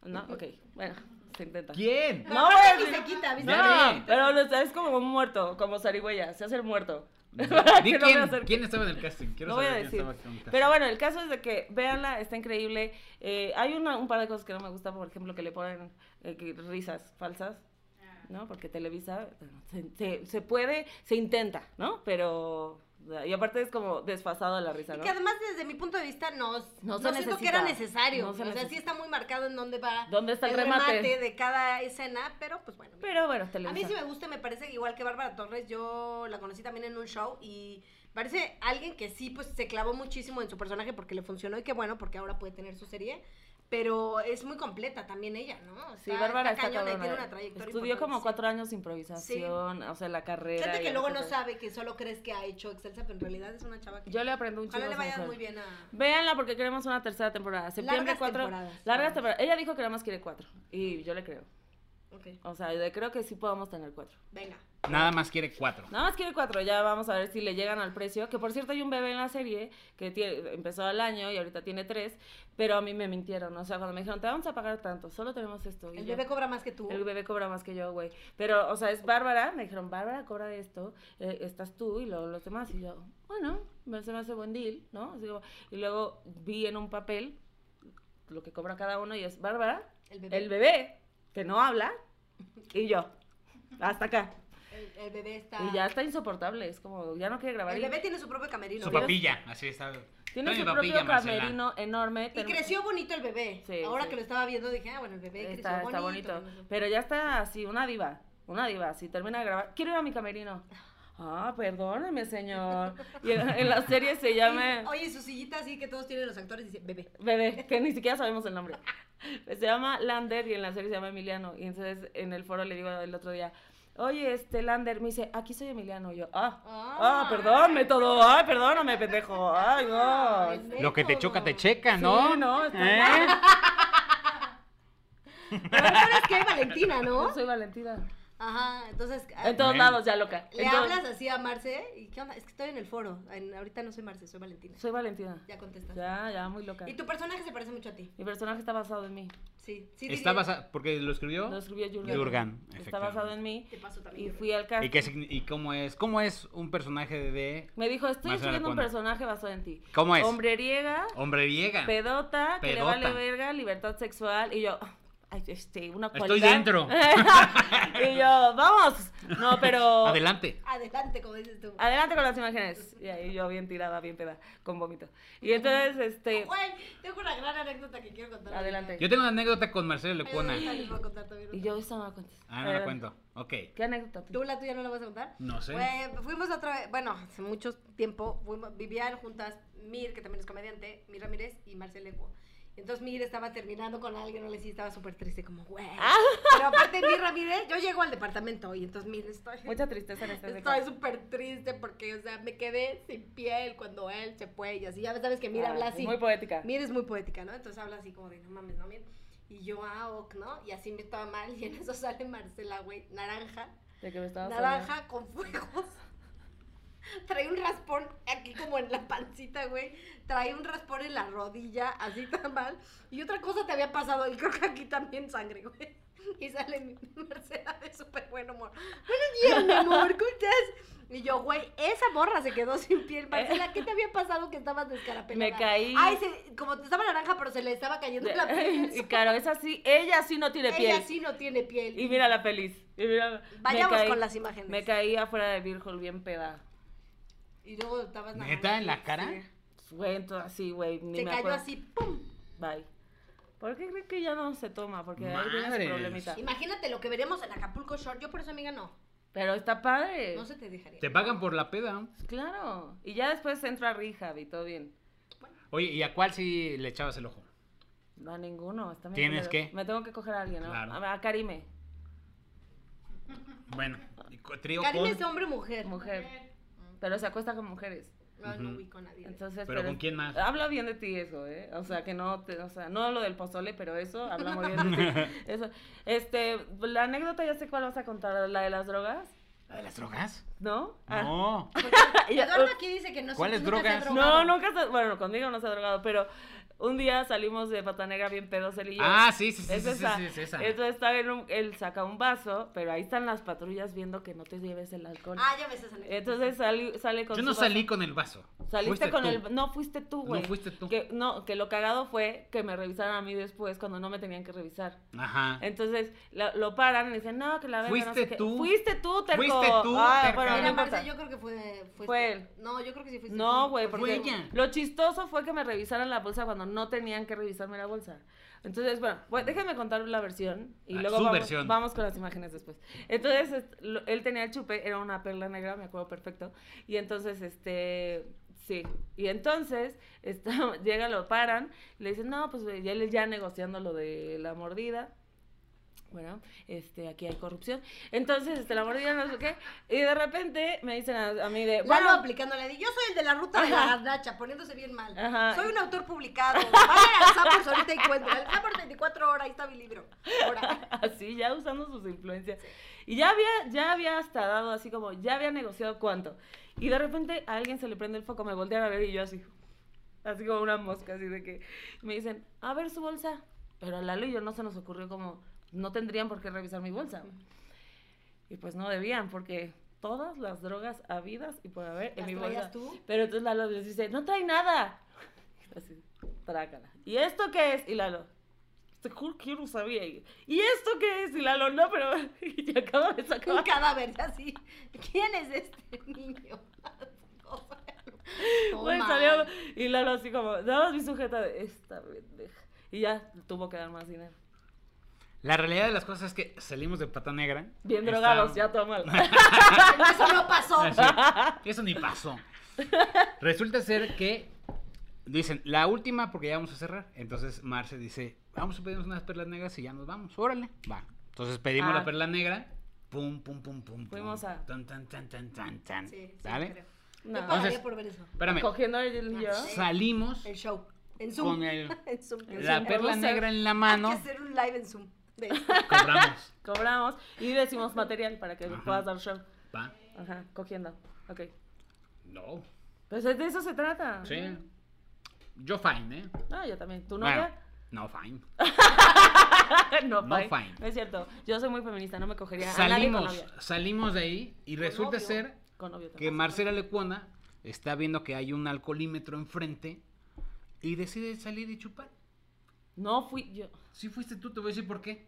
D: No, ok. Bueno, se intenta.
B: ¿Quién?
C: Pero
D: No
C: aparte
D: voy a
C: ni
D: decir-
C: se quita, ¿viste?
B: Ya vi.
D: Pero no, es como un muerto, como zarigüeya. Se hace el muerto.
B: Di
D: Que no me
B: quién,
D: acerque.
B: quién estaba en el casting. Quiero
D: No voy a
B: saber quién
D: decir.
B: estaba en el casting.
D: Pero bueno, el caso es de que véanla, está increíble. Eh, hay una- un par de cosas que no me gustan, por ejemplo, que le ponen eh, que- risas falsas,
C: Ah.
D: ¿no? Porque Televisa bueno, se, se- se puede, se intenta, ¿no? Pero. Y aparte es como desfasado la risa,
C: Y
D: ¿no?
C: que además desde mi punto de vista no, no, siento
D: se
C: que
D: necesita.
C: era necesario.
D: No se
C: o sea, sí
D: necesita.
C: está muy marcado en dónde va
D: ¿Dónde está el remate?
C: de cada escena, pero pues bueno. mira.
D: Pero bueno,
C: a
D: Televisa.
C: mí sí me gusta, me parece que igual que Bárbara Torres, yo la conocí también en un show y parece alguien que sí pues se clavó muchísimo en su personaje porque le funcionó y qué bueno porque ahora puede tener su serie. Pero es muy completa también ella, ¿no?
D: Sí, Bárbara está
C: cañona y
D: cabrona.
C: tiene una trayectoria.
D: Estudió como
C: importante,
D: cuatro años de improvisación, o sea, la
C: sí.
D: carrera.
C: Gente
D: y
C: que luego no
D: entonces-
C: sabe que solo crees que ha hecho Excelsa, pero en realidad es una chava que...
D: Yo le aprendo un chingo.
C: Ojalá
D: a
C: le
D: esa
C: vaya
D: mujer.
C: muy bien a...
D: Véanla porque queremos una tercera temporada. Septiembre
C: Largas
D: 4.
C: temporadas.
D: Largas temporadas. Ella dijo que nada más quiere cuatro. Y yo le creo.
C: Ok,
D: O sea, yo creo que sí podemos tener cuatro.
C: venga.
B: Nada más quiere cuatro.
D: Nada más quiere cuatro. Ya vamos a ver si le llegan al precio. Que por cierto, hay un bebé en la serie que tiene- empezó al año y ahorita tiene tres. Pero a mí me mintieron. O sea, cuando me dijeron, te vamos a pagar tanto, solo tenemos esto. Y
C: El
D: yo-
C: bebé cobra más que tú.
D: El bebé cobra más que yo, güey. Pero, o sea, es Bárbara. Me dijeron, Bárbara cobra de esto. eh, estás tú y luego los demás. Y yo, bueno, me- se me hace buen deal, ¿no? Así como- y luego vi en un papel lo que cobra cada uno y es Bárbara,
C: El bebé.
D: el bebé, que no habla, y yo, hasta acá.
C: El, el bebé está...
D: Y ya está insoportable. Es como, ya no quiere grabar.
C: Ah. El
D: Y
C: bebé tiene su propio camerino.
B: Su
C: ¿no?
B: papilla, así está.
D: Tiene
B: Está mi
D: su
B: papilla,
D: propio
B: Marcela.
D: camerino enorme.
C: Y
D: ten-
C: creció bonito el bebé.
D: Sí,
C: Ahora
D: sí.
C: que lo estaba viendo dije, ah, bueno, el bebé creció
D: Está, está
C: bonito.
D: bonito.
C: no sé.
D: Pero ya está así, una diva. Una diva. Si termina de grabar, quiero ir a mi camerino. Ah, perdóname, señor. Y en, en la serie se
C: Y-
D: llama.
C: Oye, su sillita así que todos tienen los actores dice, bebé.
D: Bebé, que ni siquiera sabemos el nombre. Se llama Lander y en la serie se llama Emiliano. Y entonces en el foro le digo el otro día. oye, este Lander, me dice, aquí soy Emiliano. Y yo, ah,
C: Ah.
D: ah, perdón, método, ay, perdóname, pendejo, ay,
C: Ay,
D: no.
B: Lo que te choca, te
C: método.
B: checa,
D: Sí,
B: ¿no?
D: no, está-
B: ¿Eh?
C: Pero sabes que Valentina, ¿no?
D: Yo soy Valentina.
C: Ajá, entonces. ah,
D: En todos
B: Bueno.
D: lados, ya loca.
C: Le
D: Entonces,
C: hablas así a Marce y ¿qué onda? Es que estoy en el foro. en- ahorita no soy Marce, soy Valentina.
D: Soy Valentina.
C: Ya contestas.
D: Ya, ya, muy loca.
C: Y tu personaje se parece mucho a ti.
D: Mi personaje está basado en mí.
C: Sí, sí.
B: Está
C: diría-
B: basado, porque lo escribió.
D: Lo escribió Jurgen.
B: Jurgen,
D: Está
B: efectivamente.
D: basado en mí.
C: Te paso también.
D: Y
C: yo
D: fui al casting.
B: ¿Y, qué signi- ¿Y cómo es? ¿Cómo es un personaje de
D: Me dijo, estoy
B: Marcela
D: escribiendo un
B: Anaconda.
D: personaje basado en ti.
B: ¿Cómo es?
D: Hombreriega,
B: hombre vieja?
D: pedota, que le
B: Pedota.
D: vale verga, libertad sexual. Y yo, ay, este, una
B: Estoy
D: cualidad.
B: dentro.
D: y yo, vamos. No, pero...
B: Adelante.
C: Adelante, como dices tú.
D: Adelante con las imágenes. Y ahí yo bien tirada, bien peda, con vómito. Y entonces, este...
C: Güey, tengo una gran anécdota que quiero contar.
D: Adelante.
B: Yo tengo una anécdota con Marcela
C: Ay, yo
B: Lecona.
C: ahorita les voy a contar también
D: Y
C: otra.
D: yo, esta no la cuentes.
B: Ah, no la
D: Adelante.
B: cuento. Ok.
D: ¿Qué anécdota? tú?
C: ¿Tú la tuya no la vas a contar?
B: No sé.
C: Güey, fuimos otra vez, bueno, hace mucho tiempo, fuimos, vivían juntas Mir, que también es comediante, Mir Ramírez y Marcel Ecuo. Entonces Mir estaba terminando con alguien, no le sí, estaba súper triste, como, güey.
D: Ah.
C: Pero aparte Mir Ramírez, yo llego al departamento y entonces Mir estoy...
D: Mucha tristeza en este
C: Estoy súper triste porque, o sea, me quedé sin piel cuando él se fue y así. Ya sabes que Mir habla así.
D: Ah, Muy poética.
C: Mir es muy poética, ¿no? Entonces habla así como de, no mames, no, Mir. Y yo, ah, ok, ¿no? Y así me estaba mal y en eso sale Marcela, güey, naranja.
D: De que me estabas
C: Naranja con fuegos. Trae un raspón aquí como en la pancita, güey. Trae un raspón en la rodilla, así tan mal. Y otra cosa te había pasado, y creo que aquí también sangre, güey. Y sale mi Marcela de súper buen humor. Buenos días, mi amor, ¿cómo estás? Y yo, güey, esa morra se quedó sin piel. Marcela, ¿qué te había pasado que estabas descarapelada?
D: Me caí.
C: Ay, se- como te estaba naranja, pero se le estaba cayendo la piel.
D: y claro, es así, ella sí no tiene piel.
C: Ella sí no tiene piel.
D: Y mira la feliz. Y mírala. Me
C: Vayamos
D: caí-
C: con las imágenes.
D: Me caí afuera de Virgol bien peda.
C: Y luego estabas
B: ¿Neta?
C: naranja.
B: ¿En la cara?
C: Sí.
D: Güey, entonces, así, güey. ni
C: Se
D: me
C: cayó
D: acuerdo.
C: así, ¡pum!
D: Bye. ¿Por qué creen que ya no se toma? Porque ahí viene
B: Madres.
D: ese problemita.
C: Imagínate lo que veremos en Acapulco Short. Yo por eso, amiga, no.
D: Pero está padre.
C: No se te dejaría.
B: Te pagan por la peda.
D: Claro. Y ya después entra Rija y todo bien.
B: Oye, ¿y a cuál sí le echabas el ojo?
D: No, a ninguno. Está bien
B: Tienes
D: culero.
B: que.
D: Me tengo que coger a alguien, ¿no?
B: Claro.
D: A, a Karime,
B: Bueno, y co- trío
C: Karim
B: con.
C: es hombre o mujer.
D: mujer. Pero se acuesta con mujeres.
C: No, no ubico a nadie.
D: Entonces,
B: ¿Pero con quién más?
D: Habla bien de ti eso, ¿eh? O sea, que no, te, o sea, no lo del pozole, pero eso, habla muy bien de ti. Eso. Este, la anécdota ya sé cuál vas a contar, la de las drogas,
B: ¿La de las drogas?
D: ¿no? Ah.
B: No.
D: Y yo,
C: Ah, Eduardo aquí dice que no se-
B: ¿Cuáles
C: nunca se ha
B: drogas?
C: drogado.
D: oh, no, nunca se, bueno, conmigo no se ha drogado, pero un día salimos de Patanegra bien pedos él y yo.
B: Ah, sí, sí, sí,
D: Es
B: sí, sí,
D: esa.
B: sí, es esa.
D: Entonces está en un- él saca un vaso, pero ahí están las patrullas viendo que no te lleves el alcohol.
C: Ah, ya me estás saliendo.
D: Entonces sali- sale con
B: Yo
D: su
B: no
D: vaso.
B: salí con el vaso.
D: Saliste
B: Fuiste
D: con
B: tú.
D: el... No, fuiste tú,
B: No
D: güey.
B: fuiste tú.
D: Que, no, que lo cagado fue que me revisaran a mí después cuando no me tenían que revisar.
B: Ajá.
D: Entonces la- lo paran y dicen, no, que la verga, no sé
B: Ah. Fuiste
D: qué".
B: tú.
D: Fuiste tú, terco.
B: Fuiste tú,
D: Ah,
B: terca.
D: bueno, no
C: Mira,
D: importa.
C: Marce, yo creo que fue. Fue, este.
D: Fue él.
C: No, yo creo que sí fuiste.
D: No,
C: tú.
D: güey, porque
B: ella.
D: lo chistoso fue que me revisaran la bolsa cuando no tenían que revisarme la bolsa. Entonces, bueno, bueno, déjenme contar la versión y
B: Ah,
D: luego
B: su
D: vamos,
B: versión.
D: vamos con las imágenes después. Entonces, est- lo- él tenía el chupe, era una perla negra, me acuerdo perfecto. Y entonces, este, sí. Y entonces, está, llega, lo paran, le dicen, no, pues ya, le- ya negociando lo de la mordida. Bueno, este, aquí hay corrupción. Entonces, este, la mordida no sé qué. Y de repente me dicen a, a mí de,
C: Lalo
D: bueno,
C: aplicándole. di, Yo soy el de la ruta de la garnacha, poniéndose bien mal.
D: Ajá.
C: Soy un autor publicado. Vayan al Sapors ahorita y cuenten. Al Sapors 24 horas, ahí está mi libro. Ahora.
D: Así, ya usando sus influencias. Y ya había, ya había hasta dado así como, ya había negociado cuánto. Y de repente a alguien se le prende el foco, me voltean a ver y yo así, así como una mosca, así de que me dicen, a ver su bolsa. Pero a Lalo y yo no se nos ocurrió como, no tendrían por qué revisar mi bolsa. Y pues no debían, porque todas las drogas habidas y por haber
C: ¿Las
D: en mi
C: traías
D: bolsa.
C: tú?
D: Pero entonces Lalo les dice, no trae nada. Así, trácala. ¿Y esto qué es? Y Lalo, te juro que yo no sabía. ¿Y ¿y esto qué es? Y Lalo, no, pero y acaba de
C: Un
D: sacar.
C: cadáver, así. ¿Quién es este niño? No
D: Güey,
C: mames.
D: salió, y Lalo así como, nada más mi sujeta de esta pendeja. Y ya tuvo que dar más dinero.
B: La realidad de las cosas es que salimos de pata negra.
D: Bien
B: Está-
D: drogados, ya todo mal.
C: Eso no pasó.
B: Así, Eso ni pasó. Resulta ser que dicen, la última porque ya vamos a cerrar. Entonces Marce dice, vamos a pedirnos unas perlas negras y ya nos vamos. Órale, va. Entonces pedimos
D: Ah.
B: la perla negra Pum, pum, pum, pum. pum.
D: Fuimos a-
B: Tan, tan, tan, tan, tan, tan.
C: Sí, sí,
B: ¿Sale?
C: creo.
D: No.
C: Yo pagaría
B: Entonces-
C: por ver eso.
B: Espérame.
D: Cogiendo el yo.
C: Ah, Sí.
B: Salimos
C: El show. En Zoom.
B: con el-
C: En Zoom. En
B: la
C: Zoom.
B: perla
D: Vamos a-
B: negra en la
C: Hay que
B: mano.
C: hacer un live en Zoom. de eso.
B: Cobramos.
D: Cobramos y decimos material para que
B: Ajá.
D: puedas dar show.
B: ¿Va?
D: Ajá, cogiendo. Ok.
B: No.
D: Pues de eso se trata.
B: Sí. Yo fine, ¿eh?
D: No, yo también. ¿Tu
B: Bueno,
D: novia?
B: no fine.
D: no,
B: No,
D: fine.
B: fine.
D: No es cierto. Yo soy muy feminista, no me cogería a nadie
B: Salimos,
D: con novia.
B: salimos de ahí y resulta
C: novio.
B: ser
D: Con novio también.
B: que Marcela Lecuona está viendo que hay un alcoholímetro enfrente y decide salir y chupar.
D: No fui yo.
B: Si fuiste tú, te voy a decir por qué.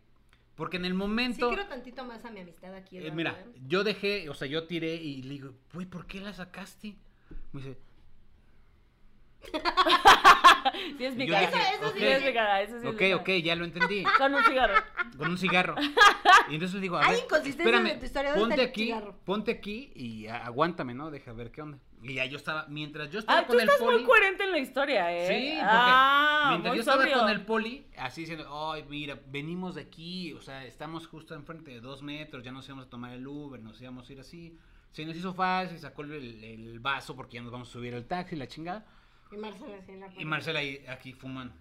B: Porque en el
C: Sí
B: momento...
C: quiero tantito más a mi amistad aquí.
B: Eh,
C: Eduardo,
B: mira,
C: ¿eh?
B: yo dejé, o sea, yo tiré y le digo, güey, ¿por qué la sacaste? Me dice,
D: Sí es mi
B: Yo
D: cara.
B: dije,
D: sí
B: Eso- eso sí
D: es
B: dije.
D: mi cara. Eso sí
B: ok,
D: es mi
B: ok, ya lo entendí.
D: cara. Con un cigarro.
B: Con un cigarro. Y entonces le digo, a
C: Hay
B: ver,
C: inconsistencias
B: espérame,
C: en tu historia, ¿dónde
B: ponte
C: está el
B: aquí,
C: cigarro?
B: ponte aquí y a- aguántame, ¿no? Deja ver qué onda. Y ya yo estaba, mientras yo estaba
D: Ah, tú
B: con el
D: estás
B: poli...
D: muy coherente en la historia, ¿eh?
B: Sí, porque
D: ah,
B: mientras
D: muy
B: yo estaba
D: sobrio.
B: con el poli, así diciendo, ay, mira, venimos de aquí, o sea, estamos justo enfrente de dos metros, ya nos íbamos a tomar el Uber, nos íbamos a ir así. Se nos hizo fácil, sacó el, el vaso porque ya nos vamos a subir al taxi, la chingada.
C: Y Marcela así en la
B: Y
C: pared.
B: Marcela ahí, aquí fumando.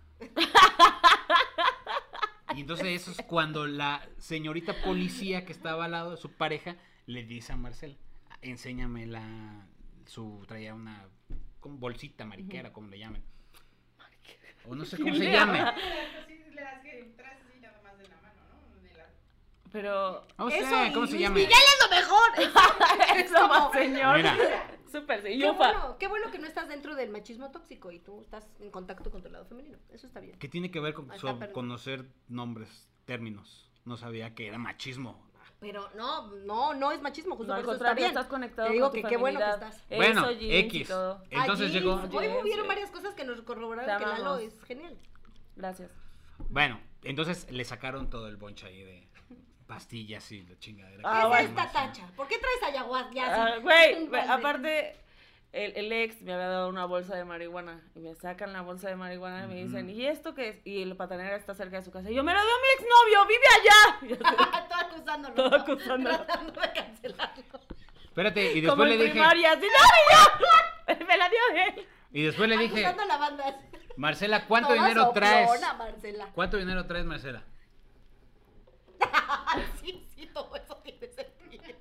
B: Y entonces eso es cuando la señorita policía que estaba al lado de su pareja le dice a Marcela, enséñame la, su, traía una como bolsita mariquera, como le llamen. O no sé cómo se
D: le
B: llame.
D: llama?
E: Sí, le das que traes así nada más de la mano, ¿no? De la-
D: Pero.
B: O
C: Eso
B: sea,
C: y
B: ¿cómo se
C: Luis
B: llama?
C: Miguel es lo mejor.
D: es lo más, señor.
B: Mira.
D: Súper, sí.
C: Qué
D: Yufa.
C: bueno, qué bueno que no estás dentro del machismo tóxico y tú estás en contacto con tu lado femenino. Eso está bien.
B: ¿Qué tiene que ver con
C: Ahí
B: so-
C: está, perdón.
B: conocer nombres, términos? No sabía que era machismo.
C: Pero no, no, no es machismo, justo
D: No, al
C: por eso está
D: contrario,
C: bien.
D: estás conectado
C: Te digo
D: con tu
C: que qué bueno que
D: feminidad.
C: estás.
D: Eso,
B: Bueno,
D: jeans y
B: X.
D: todo.
B: Entonces
C: Allí,
B: llegó.
C: Hoy
D: Yes,
C: hubieron
D: yes.
C: varias cosas que nos
D: Te
C: corroboraron que Lalo
D: amamos.
C: es genial.
D: Gracias.
B: Bueno, entonces le sacaron todo el bonche ahí de pastillas y la chingadera.
D: Ah,
C: ¿Qué
D: bueno.
C: es esta tacha? ¿Por qué traes ayahuasca? Ya,
D: Ah,
C: así,
D: Güey,
C: un
D: ve-
C: balde?
D: aparte, el, el ex me había dado una bolsa de marihuana. Y me sacan la bolsa de marihuana y me dicen,
B: Ujú.
D: ¿y esto qué es? Y el patanera está cerca de su casa. Y yo, me lo dio mi exnovio, vive allá. Y yo,
C: Todo acusándolo.
D: Todo
C: ¿no?
D: acusándolo.
C: Tratando de cancelarlo.
B: Espérate, y
D: Como
B: después
D: en
B: le dije.
D: primaria, así, no, me dio. Me la dio él.
B: Y después le dije,
C: Acusando a la banda.
B: Marcela, ¿cuánto
C: pues, Toda
B: dinero traes?
C: soplona, Marcela.
B: ¿Cuánto dinero traes, Marcela?
C: Sí, sí, todo eso tiene sentido.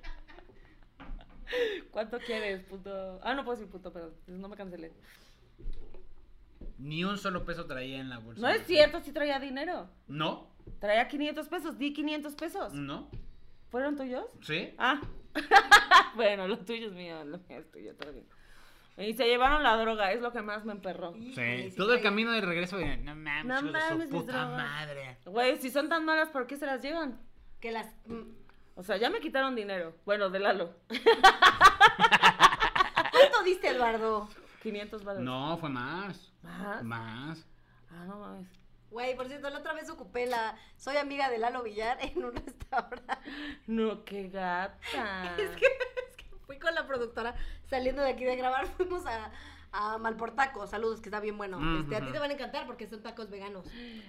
D: ¿Cuánto quieres, puto? Ah, no puedo decir puto, pero no me cancelé.
B: Ni un solo peso traía en la bolsa.
D: No es cierto, sí traía dinero.
B: No,
D: Traía 500 pesos, di 500 pesos.
B: no,
D: ¿Fueron tuyos?
B: sí.
D: Ah, bueno, lo tuyo es mío, lo mío es tuyo, todo bien. Y se llevaron la droga, es lo que más me emperró.
C: Híjole,
B: Sí,
C: sí
B: todo el
C: traía.
B: camino de regreso de no mames,
D: No
B: hijos de
D: mames, mis
B: su puta
D: drogas.
B: madre.
D: Güey, si son tan malas, ¿por qué se las llevan?
C: Que las. mm,
D: O sea, ya me quitaron dinero. Bueno, de Lalo,
C: ¿Cuánto diste, Eduardo?
D: 500 dólares.
B: No, fue más.
D: ¿Más?
B: Más.
D: Ah, no mames.
C: Güey, por cierto, la otra vez ocupé la. Soy amiga de Lalo Villar en un restaurante.
D: No, qué gata.
C: Es que, es que fui con la productora saliendo de aquí de grabar. Fuimos a, a Malportaco. Saludos, que está bien bueno.
B: Mm,
C: este, a ti
B: ujú.
C: te van a encantar porque son tacos veganos.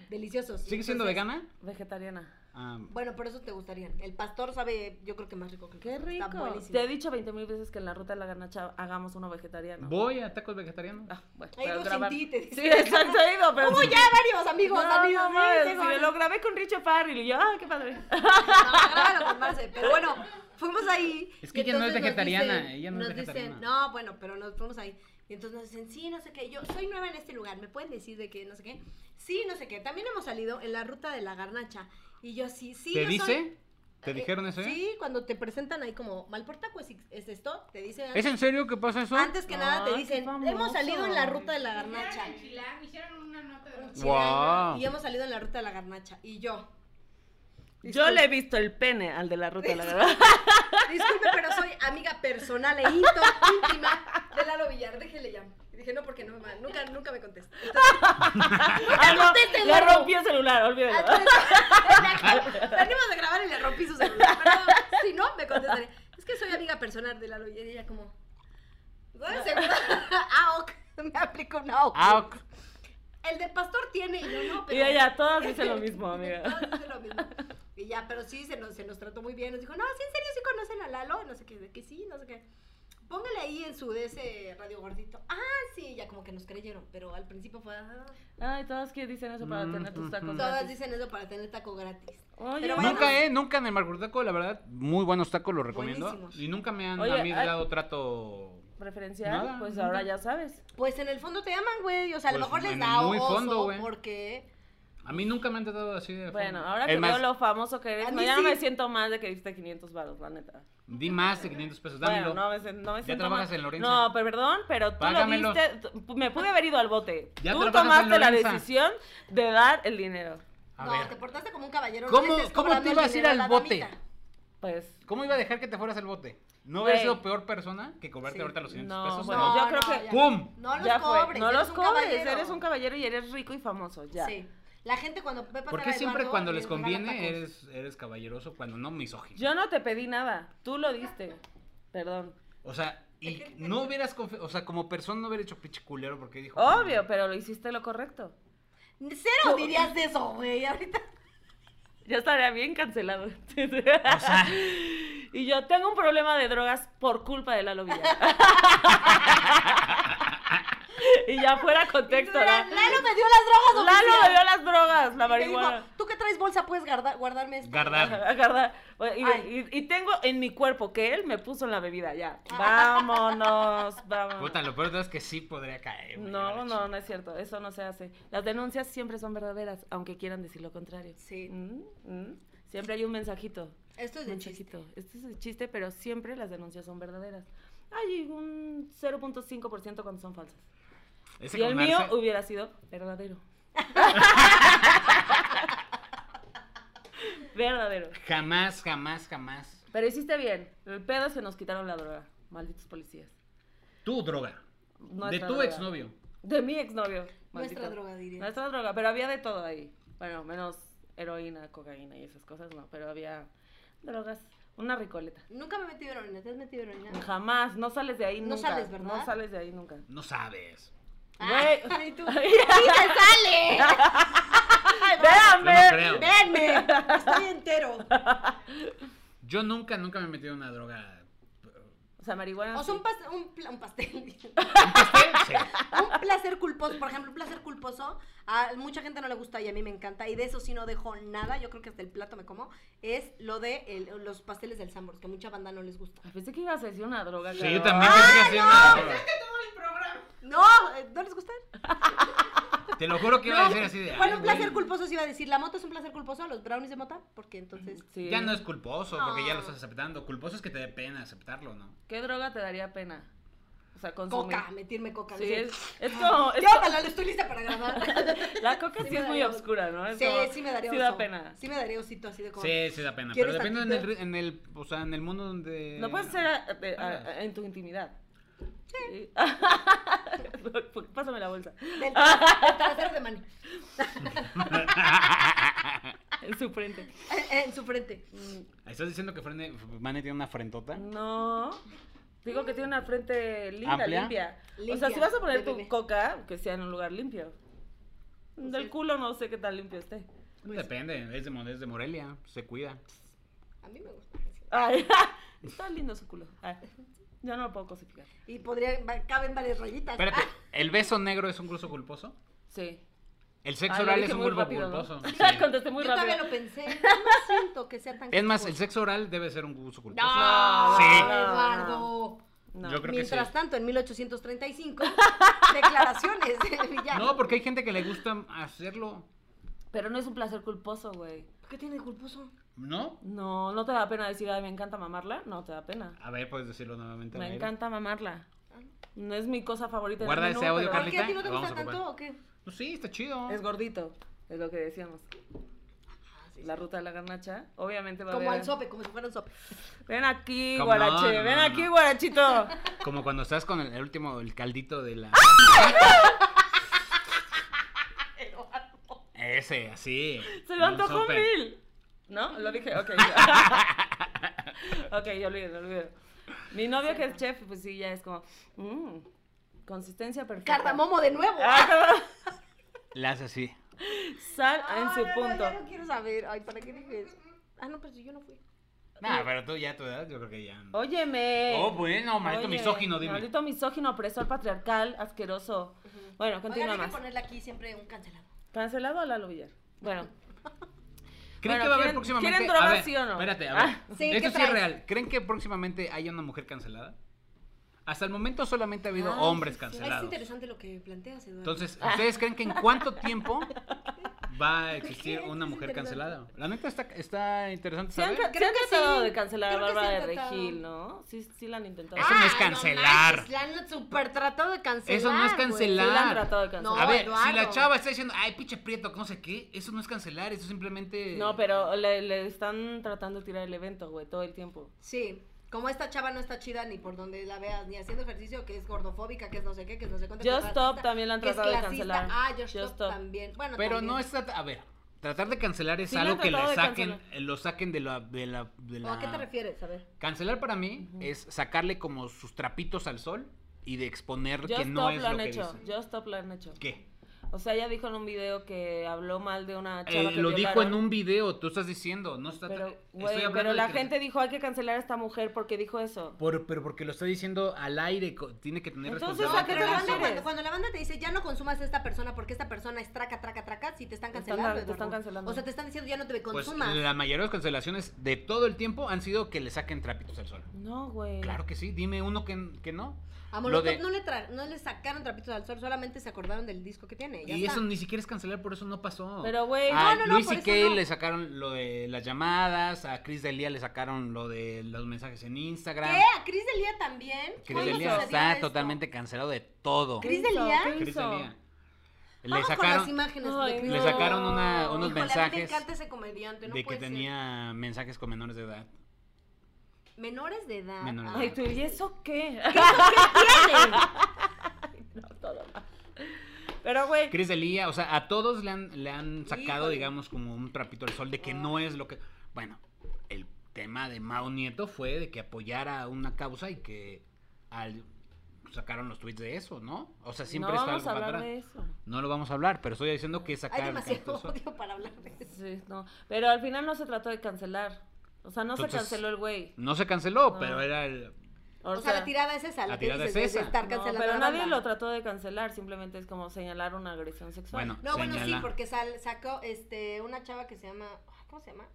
C: Deliciosos.
B: ¿Sigue siendo
C: Entonces,
B: vegana?
D: Vegetariana.
B: Ah,
C: Bueno, por eso te gustarían. El pastor sabe, yo creo que más rico que el
D: Qué
C: pastor. Está
D: rico.
C: buenísimo.
D: Te he dicho 20 mil veces que en la ruta de la ganacha hagamos uno vegetariano.
B: voy a tacos vegetarianos.
D: Ah, bueno,
C: He
D: para
C: ido sin
D: grabar.
C: ti, te dice.
D: Sí, exacto, he ido, pero...
C: Hubo ya varios amigos
D: No,
C: han ido.
D: no
C: sí,
D: mames,
C: tengo
D: si me
C: varios.
D: lo grabé con Richie Farrell y yo, ah, qué padre.
C: No, grábalo con Marce. Pero bueno, fuimos ahí.
B: Es que
C: y
B: ella no es
C: entonces nos
B: vegetariana,
C: dicen-
B: ella no es
C: nos
B: vegetariana.
C: Dicen, no, bueno, pero nos fuimos ahí. Y entonces nos dicen, sí, no sé qué. Yo soy nueva en este lugar, ¿me pueden decir de qué? No sé qué. Sí, no sé qué. También hemos salido en la ruta de la garnacha. Y yo, sí, sí.
B: ¿Te
C: yo
B: dice?
C: soy-
B: ¿Te
C: Eh,
B: dijeron eso? eh?
C: Sí, cuando te presentan ahí como mal portaco, es, es esto, te dicen.
B: ¿Es en serio que pasa eso?
C: Antes que nada te
D: Ay, Ah, qué
C: dicen,
D: famoso.
C: hemos salido en la ruta de la garnacha.
E: Hicieron en Chilango, hicieron una nota de los-
B: Wow.
C: Y hemos salido en la ruta de la garnacha. Y yo,
D: Yo le he visto el pene al de la ruta, la verdad.
C: Disculpe, pero soy amiga personal e into- íntima de Lalo Villar. Déjele llamar. Y dije, no, porque no me ma- nunca, nunca me contesta. Entonces,
D: Ah, no,
C: Conteste,
D: le
C: Eduardo.
D: rompí el celular, olvídalo.
C: Ah, Exacto. Venimos de grabar y le rompí su celular. Pero si no, me contestaré. Es que soy amiga personal de Lalo Villar. Y ella como, ¿sabes segura? Ah, ok. Me aplico una AOC.
B: Ah, ok.
C: El de pastor tiene y yo no, pero...
D: Y ella, todas dicen lo mismo, amiga.
C: Todas dicen lo mismo. Y Y ya, pero sí, se nos, se nos trató muy bien. Nos dijo, no, sí, en serio, sí conocen a Lalo. No sé qué, de que sí, no sé qué. Póngale ahí en su de ese radio gordito. Ah, sí, ya como que nos creyeron, pero al principio fue. ah.
D: Ay, todas que dicen eso para
B: Mm,
D: tener tus tacos.
B: ujú.
C: Todas
D: gratis.
C: dicen eso para tener taco gratis.
D: Oye,
C: Pero
D: bueno.
B: Nunca, eh, nunca en el Marco Taco, la verdad, muy buenos tacos, los recomiendo.
C: Buenísimos.
B: Y nunca me han
D: Oye, ah,
B: a mí
D: hay-
B: dado trato.
D: Referencial,
B: Nada,
D: pues
B: nunca.
D: ahora ya sabes.
C: Pues en el fondo te aman, güey. O sea, a lo
B: Pues,
C: mejor les
B: en
C: da
B: muy
C: oso
B: fondo, güey.
C: porque.
B: A mí nunca me han tratado así de.
D: Bueno,
B: fondo.
D: ahora
B: Es
D: que
B: más,
D: veo lo famoso que
C: A
D: eres, no,
C: mí
D: ya no
C: sí.
D: me siento más de que diste 500 baros, la neta.
B: Di más de 500 pesos, Pues dámelo.
D: Bueno, no me, sen- no me
B: Ya
D: siento
B: trabajas
D: más.
B: en Lorenza.
D: No, pero perdón, pero tú
B: Págamelo.
D: lo viste, tú- me pude haber ido al bote.
B: Ya
D: tú
B: trabajas en
D: tomaste la
B: Lorenza.
D: decisión de dar el dinero.
B: A
C: no,
B: ver,
C: te portaste como un caballero. no le
B: ¿cómo,
C: estés
B: ¿cómo
C: cobrando
B: te
C: el
B: ibas a ir
C: dinero
B: al
C: la
B: bote?
C: damita.
D: Pues
B: ¿Cómo iba a dejar que te fueras al bote? ¿No hubiera
D: Güey.
B: sido peor persona que cobrarte
C: Sí.
B: ahorita los 500
D: No,
B: pesos?
D: bueno,
B: No.
D: yo creo que-
C: ya.
B: ¡Pum!
C: No los
D: ya fue.
C: cobres.
D: no
C: eres
D: los
C: un
D: cobres,
C: caballero.
D: eres un caballero y eres rico y famoso, ya.
C: Sí. La gente cuando Pepa
B: ¿Por qué
C: Sara
B: siempre
C: Eduardo
B: cuando les
C: regala
B: conviene
C: tacos?
B: eres, eres caballeroso, cuando no misógino?
D: Yo no te pedí nada, tú lo diste. Perdón.
B: O sea, y no hubieras confi- O sea, como persona no hubiera hecho pinche culero porque dijo.
D: Obvio, pero lo hiciste lo correcto.
C: Cero dirías de eso, güey. Ahorita.
D: Ya estaría bien cancelado. y yo tengo un problema de drogas por culpa de Lalo Villar. y ya fuera contexto.
C: Mira,
D: ¿no?
C: Lalo me dio las drogas
D: Lalo
C: oficial.
D: me dio las drogas, la
C: Y me dijo,
D: marihuana.
C: Tú que traes bolsa, puedes guardar, guardarme esto.
B: Guardar.
D: Agarra- oye, Y,
C: Ay.
D: y- y tengo en mi cuerpo que él me puso en la bebida, ya.
C: Ah.
D: Vámonos, vámonos.
B: Puta, lo peor de todo es que sí podría caer. güey, a la
D: No, no,
B: chingada.
D: no es cierto, eso no se hace. Las denuncias siempre son verdaderas, aunque quieran decir lo contrario.
C: Sí.
D: Mm, mm. Siempre hay un mensajito.
C: Esto es de chiste.
D: Mensajito. Este es el chiste, pero siempre las denuncias son verdaderas. Hay un 0.5% cuando son falsas.
B: Ese
D: Y el
B: con
D: mío
B: Arce-
D: hubiera sido verdadero. verdadero.
B: Jamás, jamás, jamás.
D: Pero hiciste bien. El pedo es que nos quitaron la droga. Malditos policías.
B: Tu droga. de
D: Nuestra
B: tu
D: droga.
B: exnovio.
D: De mi exnovio.
C: Nuestra
D: maldito.
C: droga, diría.
D: Nuestra droga, pero había de todo ahí. Bueno, menos heroína, cocaína y esas cosas, no. Pero había drogas. Una ricoleta.
C: Nunca me he metido heroína. ¿Te has metido heroína?
D: Jamás, no sales de ahí
C: No
D: nunca.
C: sales, ¿verdad?
D: No sales de ahí nunca.
B: No sabes.
D: Güey,
C: Ay, tú. Ah. ¡Sí te sale!
B: Yo
D: véanme.
B: no creo.
C: ¡Venme! Estoy entero.
B: Yo nunca, nunca me he metido una droga.
D: O sea, marihuana.
C: O sea, un,
D: sí.
C: pas- un, pla- un pastel.
B: ¿Un pastel? Sí.
C: un placer culposo, por ejemplo, un placer culposo, a mucha gente no le gusta y a mí me encanta, y de eso sí no dejo nada, yo creo que hasta el plato me como, es lo de el- los pasteles del Sambor, que a mucha banda no les gusta.
D: Ay, Ah, Pensé que ibas a decir una droga.
B: Sí,
D: cabrón.
B: yo también pensé que hacía una droga.
E: Saca todo el programa.
C: ¡No! eh, ¿No les gustan?
B: Te lo juro que iba a decir así de.
C: Bueno,
B: ay,
C: un
B: güey,
C: placer culposo sí iba a decir, la moto es un placer culposo, los brownies de mota, porque entonces...
D: Sí.
B: Ya no es culposo, porque ya lo
C: No.
D: Ah.
B: estás aceptando. Culposo es que te dé pena aceptarlo, ¿no?
D: ¿Qué droga te daría pena? O sea, consumir.
C: Coca, metirme coca.
D: Sí,
C: no sé.
D: es, es como. es
C: Yo,
D: como-
C: Malala, estoy lista para grabar.
D: la coca
C: Sí
D: sí,
C: me
D: es muy
C: daría-
D: oscura, ¿no? Es
C: sí,
D: como-
C: sí me daría
D: Sí
C: oso.
D: da pena.
C: Sí me daría osito así de como...
B: Sí, sí da pena. Pero
C: ¿Quieres
B: depende en el,
C: tantito?
B: ri- en el, o sea, en el mundo donde.
D: No puede ser a- de- a-
B: hagas.
D: a- en tu intimidad. Sí. Pásame la bolsa.
C: Del tra- del trasero de Manny.
D: En su frente.
C: En, en su frente.
B: ¿Estás diciendo que Frene- Mane tiene una frentota?
D: Mm, No. Digo que tiene una frente linda,
B: ¿Amplia?
D: limpia. O
C: Limpia,
D: sea, si vas a
C: de
D: poner tu
C: bebé.
D: coca, que sea en un lugar limpio. Del
C: Pues sí.
D: culo no sé qué tan limpio esté.
B: Depende, es de, Mo- es de Morelia, se cuida.
C: A mí me gusta.
D: Ay, está lindo su culo. Ay, yo no lo puedo cosificar.
C: Y podría, va- caben varias rayitas. Ah,
B: Espérate, ¿el beso negro es un curso culposo?
D: Sí.
B: El sexo
D: Ay, Ah, lo
B: oral
D: dije
B: es un
D: muy
B: curso
D: rápido, ¿no?
B: culposo.
D: Contesté muy
C: Yo
D: rápido.
C: todavía lo pensé. No siento que sea tan
B: Es más, el
C: culposo.
B: sexo oral debe ser un curso culposo.
C: No,
B: Sí.
C: Eduardo.
D: No.
B: Yo creo que sí.
C: Mientras tanto, en 1835, declaraciones de Villar.
B: No, porque hay gente que le gusta hacerlo.
D: Pero no es un placer culposo, güey.
C: ¿Qué tiene de culposo?
B: ¿No?
D: No, no te da pena decir, ay, me encanta mamarla. No te da pena.
B: A ver, puedes decirlo nuevamente. al
D: Me
B: aire.
D: encanta mamarla.
C: Ah.
D: No es mi cosa favorita. en
B: Guarda
D: el menú,
B: ese audio,
D: pero-
C: ¿Por qué a ti
B: Carlita,
C: no te
B: lo vamos
C: gusta
B: a ocupar.
C: tanto o qué?
B: Pues sí, está chido.
D: Es gordito, es lo que decíamos. La ruta de la garnacha, obviamente va a
C: Como
D: haber-
C: al sope, como si fuera un sope.
D: Ven aquí,
B: Como-
D: guarache,
B: no, no,
D: ven
B: no,
D: aquí,
B: no.
D: guarachito.
B: Como cuando estás con el, el último, el caldito de la. Ese, así.
D: Se lo
B: Un
D: antojó
B: sope.
D: mil. ¿No? Lo dije, ok. ok, yo olvido, lo olvido. Mi novio que es chef, pues sí, ya es como, "Mm, consistencia perfecta.
C: Cardamomo de nuevo.
D: Ah,
B: La hace así.
D: Sal en
C: Ay,
D: su
C: no, no,
D: punto.
C: ya no quiero saber. Ay, ¿para qué dije eso? Ah, no, pero si yo no fui.
B: Nah, pero tú ya a tu edad, yo creo que ya. no.
D: Óyeme.
B: Oh, bueno, maldito
D: Oye,
B: misógino, dime.
D: Maldito misógino, opresor, patriarcal, asqueroso. Bueno, continúa
C: Oigan, hay que
D: más.
C: ponerle aquí siempre un cancelado.
D: ¿Cancelado a Lalo Villar? Bueno,
B: ¿Creen
D: Bueno,
B: que va a haber
D: ¿quieren-
B: próximamente?
D: quieren drogas,
B: a ver,
D: sí o no?
B: Espérate, a ver.
D: Ah.
C: Sí, ¿qué
B: Esto sí
C: traes?
B: es real. ¿Creen que próximamente haya una mujer cancelada? Hasta el momento solamente ha habido
D: Ah,
B: hombres
D: sí, Ah.
C: Ay,
D: sí.
C: Es
B: cancelados.
C: interesante lo que planteas, Eduardo.
B: Entonces, ¿ustedes creen que en cuánto tiempo va a existir
C: ¿Qué?
B: una
C: Es
B: mujer
C: interesante.
B: cancelada? La neta está, está interesante
D: se han,
B: saber.
D: ca- se
C: Creo
D: han
C: que
D: tratado
C: sí.
D: de cancelar a
C: Creo que
D: Bárbara
C: sí
D: de
C: han tratado.
D: Regil, ¿no? Sí, sí la han intentado.
B: Eso no es
C: Ay,
B: cancelar.
C: manches, la han super tratado de cancelar.
B: Eso no es
C: güey.
D: Sí la han
B: cancelar.
D: tratado de
C: No,
D: cancelar.
B: a ver, si la
C: Eduardo.
B: chava está diciendo, ay, pinche prieto, no sé qué, eso no es cancelar, eso simplemente.
D: No, pero le, le están tratando de tirar el evento, güey, todo el tiempo.
C: Sí. Como esta chava no está chida ni por donde la veas, ni haciendo ejercicio, que es gordofóbica, que es no sé qué, que es no sé cuánto. que
D: Just
C: es
D: Stop
C: racista,
D: también la han
C: que es
D: tratado de
C: clasista.
D: cancelar.
C: Ah, Just,
D: Just
C: Stop,
D: Stop.
C: también. Bueno,
B: Pero no
C: también.
B: es trata- a ver, tratar de cancelar es
D: Sí, la
B: algo
D: han
B: que
D: tratado
B: le
D: de
B: saquen,
D: cancelar.
B: eh, lo saquen de la, de la, de
C: ¿O
B: la-
C: ¿A qué te refieres? A ver.
B: Cancelar para mí es sacarle como sus trapitos al sol y de exponer
D: Just
B: que no
D: Stop
B: es
D: lo
B: lo,
D: han
B: que
D: hecho.
B: dicen.
D: Just Stop lo han hecho.
B: ¿Qué?
D: O sea, ella dijo en un video que habló mal de una
B: Eh,
D: chava que
B: lo dijo en
D: violaron.
B: un video, tú estás diciendo, no está
D: Pero,
B: estoy
D: güey,
B: hablando
D: pero
B: de
D: la
B: que-
D: gente dijo hay que cancelar a esta mujer porque dijo eso.
B: Por- pero porque lo está diciendo al aire, co- tiene que tener
D: Entonces,
C: No,
D: ¿a qué
B: responsabilidad.
C: pero
D: te
C: la banda,
D: refieres?
C: cuando, cuando la banda te dice ya no consumas a esta persona porque esta persona es traca, traca, traca, si te están
D: Te están
C: cancelando.
D: dan- te están
C: Eduardo.
D: cancelando.
C: O sea, te están diciendo ya no te
B: Pues
C: consumas.
B: la mayoría de las cancelaciones de todo el tiempo han sido que le saquen trapitos al sol.
D: No, güey.
B: Claro que sí, dime uno que, que no.
C: A
B: Lo
C: Molotov
B: de-
C: no, le tra- no le sacaron trapitos al sol, solamente se acordaron del disco que tiene. ya
B: Y
C: está.
B: eso ni siquiera es cancelar, por eso no pasó.
D: Pero, güey,
B: a
C: no, no, no,
B: Luis
C: por
B: y
C: eso
B: Kay
C: no.
B: le sacaron lo de las llamadas, a Chris Delia le sacaron lo de los mensajes en Instagram.
C: ¿Qué? ¿A Cris Delia también?
B: Chris
C: ¿Cuándo
B: Delia
C: sucedió
B: está
C: esto?
B: totalmente cancelado de todo.
D: ¿Qué
C: Chris
D: hizo?
C: Delia?
D: ¿Qué
B: Chris
D: hizo?
B: Delia. Le
C: Vamos con las
B: sacaron,
C: imágenes
D: Ay,
C: de Cris
D: no.
B: le
C: Delia.
B: sacaron una- unos
C: Híjole, A mí me
B: mensajes
C: encanta ese comediante, no
B: de que
C: puede ser.
B: tenía mensajes con menores de edad.
C: Menores de edad.
B: Menores de
D: Ay,
B: edad.
D: tú, ¿y eso qué? no, todo mal. Pero, güey,
B: Chris Delia, o sea, a todos le han, le han sacado,
C: Híjole.
B: digamos, como un trapito al sol de que no es lo que... Bueno, el tema de Mao Nieto fue de que apoyara una causa y que al- sacaron los tweets de eso, ¿no? O sea, siempre
D: no
B: está
D: vamos
B: algo
D: a
B: para
D: hablar
B: atrás.
D: de eso.
B: No lo vamos a hablar, pero estoy diciendo que
C: Hay
B: sacaron...
C: demasiado odio para hablar de eso.
D: Sí, no. Pero al final no se trató de cancelar. O sea, no se
B: Entonces-
D: canceló el güey.
B: No se canceló,
D: No.
B: pero era el...
C: O, sea, la tirada es esa, la,
B: la
C: que
B: tirada
C: dices,
B: es
C: de- de
B: esa.
C: estar
D: no,
C: cancelando a
D: pero
C: la
D: nadie
C: banda.
D: lo trató de cancelar, simplemente es como señalar una agresión sexual.
B: Bueno,
C: No, bueno, sí,
B: señala.
C: porque sal- sacó este, una chava que se llama. ¿Cómo se llama?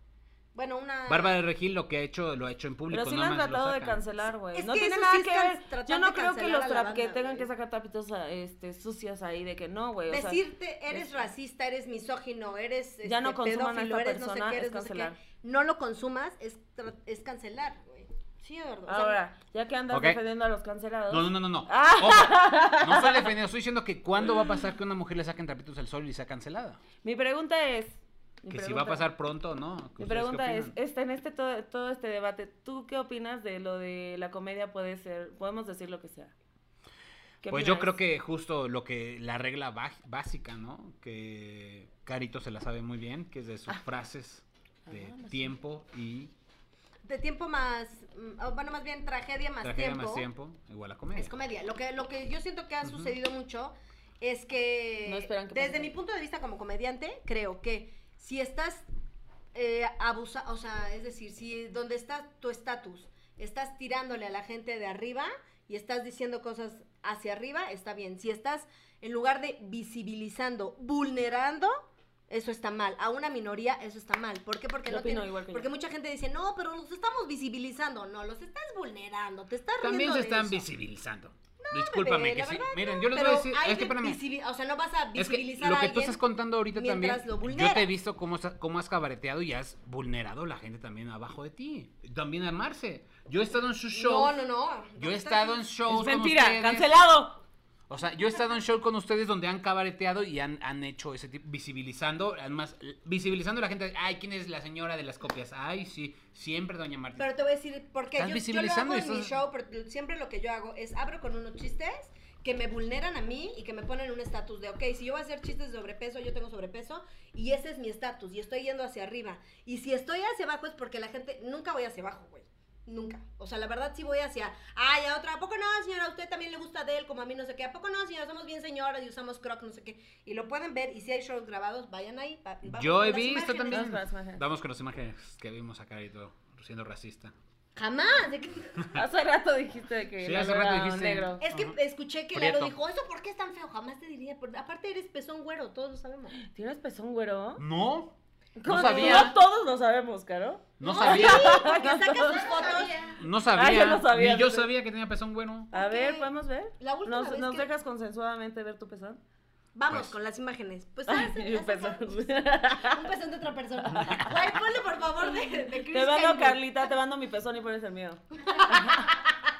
C: Bueno, una.
B: Bárbara de Regil lo que ha hecho, lo ha hecho en público.
D: Ah. Pero sí
B: no
D: lo han
B: más
D: tratado de
B: sacan.
D: cancelar, güey.
C: Es
D: No
C: que
D: tiene
C: eso
D: nada
C: sí es
D: que
C: can-
D: ver.
C: tratar
D: Yo no
C: de
D: creo que
C: cancelar
D: los
C: a la
D: tra-
C: banda,
D: que tengan
C: güey.
D: que sacar tapitos a- este, sucios ahí de que no, güey. o sea,
C: Decirte, eres
D: es-
C: racista, eres misógino, eres este,
D: Ya no consuman a esta
C: eres no sé
D: persona,
C: qué,
D: es
C: eres no sé qué.
D: cancelar.
C: No lo consumas, es, tra- es cancelar, güey. Sí, Eduardo. o sea,
D: ahora, ya que andas
B: Ok.
D: defendiendo a los cancelados.
B: No, no, no, no. No,
D: Ah.
B: Ojo, no estoy defendiendo, estoy diciendo que cuándo va a pasar que una mujer le saquen trapitos al sol y sea cancelada.
D: Mi pregunta es. mi
B: Que si va
D: pregunta-
B: a pasar pronto o no. ¿Ustedes
D: Mi
B: qué
D: pregunta es,
B: opinan?
D: esta- en este todo, todo este debate, ¿tú qué opinas de lo de la comedia puede ser, podemos decir lo que sea? ¿Qué
B: Pues yo
D: opinas?
B: creo que justo lo que la regla ba- básica, ¿no? Que Carito se la sabe muy bien, que es de
C: Ah.
B: sus frases de tiempo y
C: De tiempo más. mm, oh, Bueno, más bien tragedia más
B: tragedia
C: tiempo.
B: más tiempo igual a comedia.
C: Es comedia. Lo que, lo que yo siento que ha sucedido mucho es que,
D: No esperan que
C: desde
D: pase.
C: mi punto de vista como comediante, creo que si estás eh, abusa, o sea, es decir, si donde está tu estatus, estás tirándole a la gente de arriba y estás diciendo cosas hacia arriba, está bien. Si estás en lugar de visibilizando, vulnerando, eso está mal. A una minoría, eso está mal. ¿Por qué? Porque
D: Yo
C: no
D: opino
C: tiene-
D: igual que yo.
C: porque mucha gente dice, no, pero los estamos visibilizando. No, los estás vulnerando, te estás
B: También
C: riendo
B: se
C: de
B: están
C: eso.
B: visibilizando. Discúlpame,
C: bebé,
B: que
C: la
B: sí.
C: verdad,
B: Miren, yo les voy
C: Pero
B: a decir,
C: hay
B: es que
C: que
B: espérame.
C: visibi- o sea, no vas a
B: Es que
C: visibilizar
B: lo
C: a
B: que tú
C: alguien
B: estás contando ahorita también,
C: mientras lo
B: yo te he
C: vulneras.
B: visto cómo, sa- cómo has cabareteado y has vulnerado a la gente también abajo de ti. También armarse. Yo he estado en sus
C: No,
B: shows.
C: no, no.
B: Yo he
C: Estás-
B: estado en shows.
D: Es
B: con
D: mentira,
B: ustedes.
D: cancelado.
B: O sea, yo he estado en shows con ustedes donde han cabareteado y han, han hecho ese tipo, visibilizando, además, l- visibilizando a la gente. Ay, ¿quién es la señora de las copias? Ay, sí, siempre Doña Marta.
C: Pero te voy a decir por qué.
B: Estás
C: Yo, yo lo hago
B: visibilizando
C: en
B: y
C: mi
B: estás-
C: show, pero siempre lo que yo hago es abro con unos chistes que me vulneran a mí y que me ponen un estatus de, ok, si yo voy a hacer chistes de sobrepeso, yo tengo sobrepeso y ese es mi estatus y estoy yendo hacia arriba. Y si estoy hacia abajo es porque la gente, nunca voy hacia abajo, güey. Nunca. O sea, la verdad sí voy hacia, ay, a otra, ¿a poco no, señora? ¿A usted también le gusta de él como a mí no sé qué? ¿A poco no, señora? Somos bien señoras y usamos croc, no sé qué. Y lo pueden ver y si hay shows grabados, vayan ahí. va- vamos
B: Yo
C: con
B: he
C: las
B: visto
C: imágenes.
B: también.
D: Vamos con las imágenes.
B: Vamos con las imágenes que vimos a Carito siendo racista.
C: Jamás. ¿de qué?
D: Hace rato dijiste que
B: Sí,
D: la
B: hace
D: Lola
B: rato
D: era un
B: dijiste.
D: negro.
C: Es que
B: Ajá.
C: escuché que Lalo
B: Prieto.
C: dijo, ¿eso por qué es tan feo? Jamás te diría. por- Aparte eres pezón güero, todos lo sabemos.
D: ¿Tienes pezón güero?
B: Mm. No,
D: ¿Cómo
B: sabía.
D: No todos lo sabemos, Caro.
B: no
C: No,
B: sabía.
C: sí, porque saca sus fotos.
B: No sabía.
D: yo no sabía,
B: Ni yo
D: no sé.
B: sabía que tenía pezón bueno.
D: A
C: Ok.
D: ver, ¿podemos ver?
C: La última
D: ¿Nos,
C: vez
D: nos
C: que-
D: dejas consensuadamente ver tu pezón?
C: Vamos
B: Pues.
C: con las imágenes. Pues
D: Ay,
C: hace-
D: mi
C: hace-
D: pezón.
C: Un pezón de otra persona. Güey, ponle por favor de, de Chris
D: Te mando,
C: Hemsworth.
D: Carlita, te mando mi pezón y pones el mío.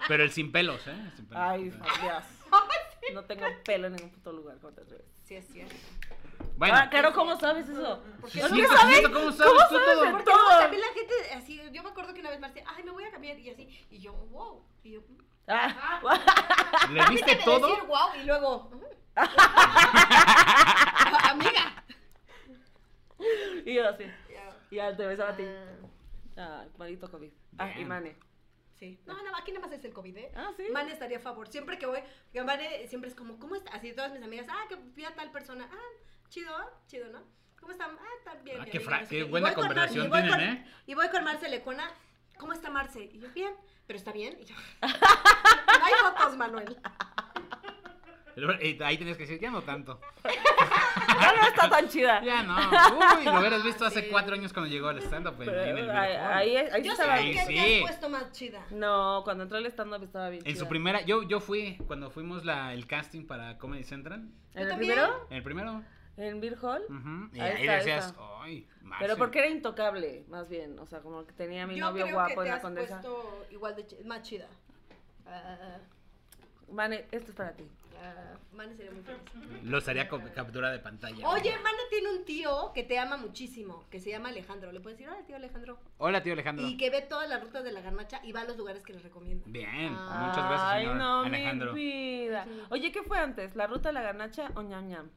B: Pero el sin pelos, ¿eh? El sin pelos.
D: Ay, Dios. No tengo pelo en ningún puto lugar. ¿cómo te atreves?
C: Sí, es cierto.
B: Bueno.
D: Ah, Caro, ¿cómo sabes eso?
B: Sí,
D: ¿Por
B: sí,
D: qué
B: sí,
D: sabes?
B: sí, ¿Cómo sabes tú
D: sabes
B: todo?
D: el-
C: Porque luego
D: Todo.
C: también la gente así, yo me acuerdo que una vez Marcia, ay, me voy a cambiar y así, y yo, wow, y yo, mm.
D: Ah,
B: ¿Le viste
C: Permíteme
B: todo?
C: decir wow y luego, mm. amiga.
D: y yo así.
C: Ya.
D: Y ya te besaba a ti.
C: Ah,
D: Ah, maldito COVID. Ah, y
B: Bien.
D: Mane.
C: Sí. No, no, aquí nada más es el COVID, ¿eh?
D: Ah, sí.
C: Mane estaría a favor. Siempre que voy, que Mane siempre es como, ¿cómo está? Así todas mis amigas, ah, que fui a tal persona. Ah, chido, ah, chido, ¿no? ¿Cómo están? Ah, están bien.
B: Ah,
C: bien,
B: qué
C: bien,
B: fra-
C: no sé
B: qué
C: qué. Y
B: buena
C: voy con Mar-
B: conversación
C: y voy
B: tienen,
C: con-
B: ¿eh?
C: Y voy con Marce Lecuona, ¿cómo está Marce? Y yo, bien, pero está bien. Y yo, no hay fotos, Manuel.
B: Pero, eh, Ahí tenías que decir, ya no tanto.
D: Ya no Ah, está tan chida.
B: Ya no. Uy, lo hubieras visto
C: Sí.
B: hace cuatro años cuando llegó al stand-up. en-
D: Pero,
B: en el
D: ahí,
B: Videoforum.
D: ahí, ahí sí
C: Yo
D: estaba.
C: sé
B: Ahí
C: que
B: sí.
C: te has puesto más chida.
D: No, cuando entró el stand-up estaba bien.
B: En su
D: chida.
B: primera, yo, yo fui cuando fuimos la, el casting para Comedy Central,
C: Yo
D: ¿En el
C: también.
D: primero?
B: en el primero.
D: ¿En Beer Hall?
B: ujú, Y
D: Ahí
B: ahí,
D: está, ahí
B: decías,
D: está.
B: ay,
D: Pero
B: Marce".
D: porque era intocable, más bien. O sea, como que tenía a mi
C: Yo
D: novio
C: creo
D: guapo
C: que
D: en
C: te
D: la
C: has
D: condesa.
C: puesto igual de chi- más chida. Ah,
D: Mane, esto es para ti.
C: ah, Mane sería muy feliz.
B: Lo haría con captura de pantalla.
C: Oye, Mane tiene un tío que te ama muchísimo, que se llama Alejandro. ¿Le puedes decir hola, tío Alejandro?
B: Hola, tío Alejandro.
C: Y que ve todas las rutas de la garnacha y va a los lugares que les recomienda.
B: Bien,
C: Ah.
B: muchas gracias,
D: Ay,
B: señor
D: no,
B: Alejandro.
D: mi vida. Oye, ¿qué fue antes? ¿La ruta de la garnacha o ñam ñam?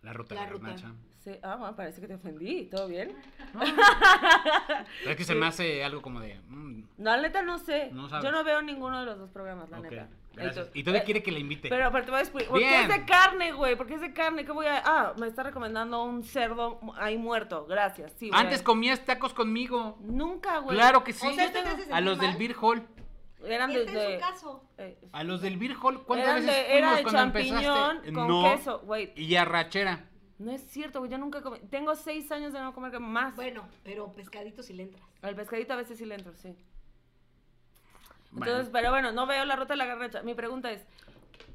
B: La ruta,
C: La
B: la,
C: ruta.
B: garnacha.
D: Sí. Ah, bueno, parece que te ofendí. ¿Todo bien?
B: Pero es que se me hace algo como de. mm,
D: No, la neta no sé.
B: No sabes.
D: Yo no veo ninguno de los dos programas, la
B: ok,
D: neta.
B: gracias.
D: Entonces,
B: Y todavía
D: eh,
B: quiere que la invite.
D: Pero aparte te voy a explicar. ¿Por qué es
B: Bien.
D: de carne, güey? ¿Por qué es de carne? ¿Qué voy a.? Ah, me está recomendando un cerdo mu- ahí muerto. Gracias. Sí, güey.
B: Antes comías tacos conmigo.
D: Nunca, güey.
B: Claro que sí.
C: sea, ¿este te hace
B: a
C: sentir
B: los del
C: mal?
B: Beer Hall.
D: Eran de.
C: Este es
D: de
C: su caso.
D: eh,
B: A los del Beer Hall. ¿Cuántas
D: eran
B: veces
D: de-
B: fuimos
D: era de
B: cuando empezaste?
D: champiñón con
B: no.
D: queso, güey.
B: Y arrachera.
D: No es cierto, güey. Yo nunca comí. Tengo seis años de no comer que- más.
C: Bueno, pero pescadito si le entras.
D: Al pescadito a veces sí le entro, sí.
B: Bueno,
D: Entonces, pero bueno, no veo la ruta de la garnacha. Mi pregunta es,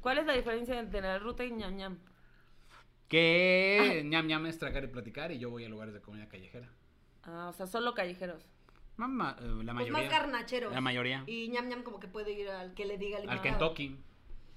D: ¿cuál es la diferencia entre la ruta y ñam ñam?
B: que ñam ñam es tragar y platicar y yo voy a lugares de comida callejera.
D: Ah, o sea, solo callejeros.
B: Mamá, eh, la
C: Pues
B: mayoría.
C: más carnacheros.
B: La mayoría.
C: Y ñam ñam como que puede ir al que le diga el
B: Al
C: invitado.
B: Kentucky.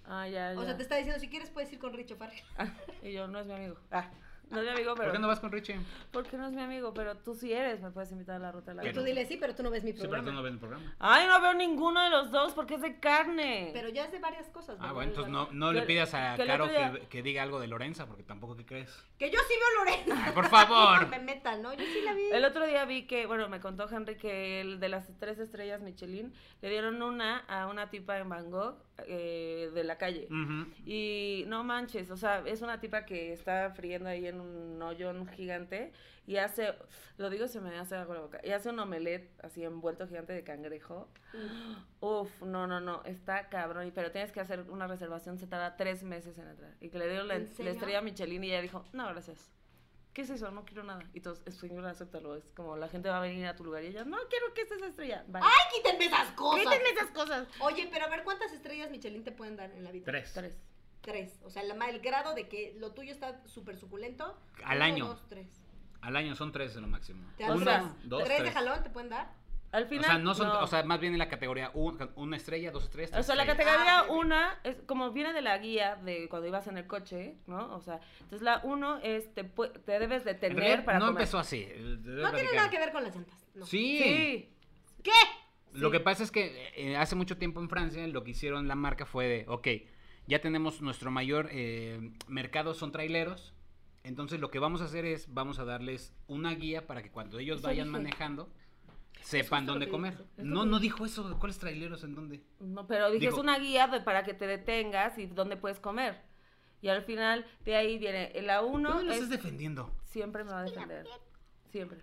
D: Ah, ya, ya.
C: O sea, te está diciendo, si quieres puedes ir con Richo Farrell.
D: Ah, y yo, no es mi amigo. Ah, no es mi amigo, pero...
B: ¿Por qué no vas con Richie?
D: Porque no es mi amigo, pero tú sí eres, me puedes invitar a la ruta de la
C: Y
B: Pero-
C: tú
D: garnacha.
C: dile, sí, pero tú no ves mi
B: Sí, pero tú
C: programa.
B: no ves el programa. Ah,
D: Ay, no veo ninguno de los dos porque es de carne.
C: Pero ya es de varias cosas.
B: Ah,
C: ¿verdad?
B: bueno, entonces no, no le
D: Que-
B: pidas a
D: que el
B: Caro
D: otro día-
B: que, que diga algo de Lorenza, porque tampoco que crees.
C: Que yo sí veo Lorena.
B: Ay, por favor.
C: No me metan, ¿no? Yo sí la vi.
D: El otro día vi que, bueno, me contó Henry que el de las tres estrellas Michelin le dieron una a una tipa en Bangkok eh, de la calle.
B: Ujú.
D: Y no manches, o sea, es una tipa que está friendo ahí en un hoyo en un gigante y hace, lo digo se me hace agua la boca, y hace un omelette así envuelto gigante de cangrejo. Uf, no, no, no, está cabrón, y- pero tienes que hacer una reservación, se tarda tres meses en entrar. Y que le dieron la,
C: ¿En
D: la
C: serio?
D: estrella Michelin y ella dijo, no, gracias. ¿Qué es eso? No quiero nada. Y todos, señora, acéptalo. Es como la gente va a venir a tu lugar y ella, no quiero que estés estrella. Bye.
C: ¡Ay, quítenme esas cosas!
D: Quítenle esas cosas!
C: Oye, pero a ver, ¿cuántas estrellas Michelin te pueden dar en la vida?
B: Tres.
D: Tres.
C: Tres. O sea, la ma- el grado de que lo tuyo está súper suculento.
B: Al
C: Uno,
B: año.
C: dos, tres.
B: Al año son tres de lo máximo.
C: ¿Te
D: O
C: dan
B: Uno,
D: sea,
C: tres?
B: dos,
C: ¿Tres de
B: tres.
C: jalón te pueden dar?
D: Al
B: O
D: final.
B: sea, no son, o sea, más bien en la categoría un- una estrella, dos estrellas.
D: O
B: tres
D: sea, la
B: estrellas.
D: categoría
C: Ah, ok, ok.
D: 1 es como viene de la guía de cuando ibas en el coche, ¿no? O sea, entonces la 1 es te, pu- te debes
B: En
D: detener
B: realidad,
D: para
B: no
D: comer.
B: empezó así. eh, el- debe
C: No tiene
B: platicar.
C: nada que ver con las llantas. No.
B: Sí.
D: Sí.
C: ¿Qué?
B: Lo que pasa es que eh, hace mucho tiempo en Francia lo que hicieron la marca fue de, ok, ya tenemos nuestro mayor eh, mercado son traileros, entonces lo que vamos a hacer es, vamos a darles una guía para que cuando ellos
D: Eso
B: vayan
D: dije.
B: manejando, sepan
D: justo lo
B: dónde
D: que
B: comer.
D: dice. Es lo
B: No,
D: que
B: no
D: dice.
B: dijo eso. ¿Cuáles traileros en dónde?
D: No, pero dije, es
B: Digo-
D: una guía de- para que te detengas y dónde puedes comer. Y al final, de ahí viene eh, la
B: No,
D: 1.
B: los estás defendiendo.
D: Siempre me va a defender. Siempre.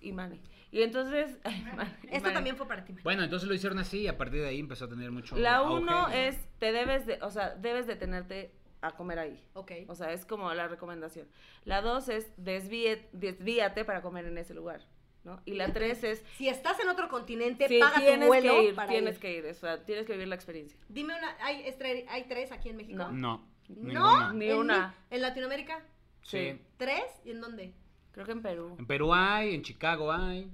D: Y Mane. Y entonces. ay, Mane,
C: Esto
D: Mane.
C: también fue para ti.
B: Bueno, entonces lo hicieron así y a partir de ahí empezó a tener mucho.
D: La
B: auge.
D: uno es, te debes de, o sea, debes detenerte a comer ahí.
C: Ok.
D: O sea, es como la recomendación. La dos es desvíe- desvíate para comer en ese lugar, ¿no? Y la tres es,
C: Si estás en otro continente,
D: sí,
C: paga tu
D: tienes
C: vuelo
D: que ir,
C: para
D: tienes
C: ir.
D: que ir, o sea, tienes que vivir la experiencia.
C: Dime una, ¿hay, es tre- hay tres aquí en México?
D: No.
B: No.
C: ¿No?
B: ninguna.
D: Ni
C: ¿En-
D: una.
C: ¿En Latinoamérica?
B: Sí.
D: Sí.
C: ¿Tres? ¿Y en dónde?
D: Creo que en Perú.
B: En Perú hay, en Chicago hay.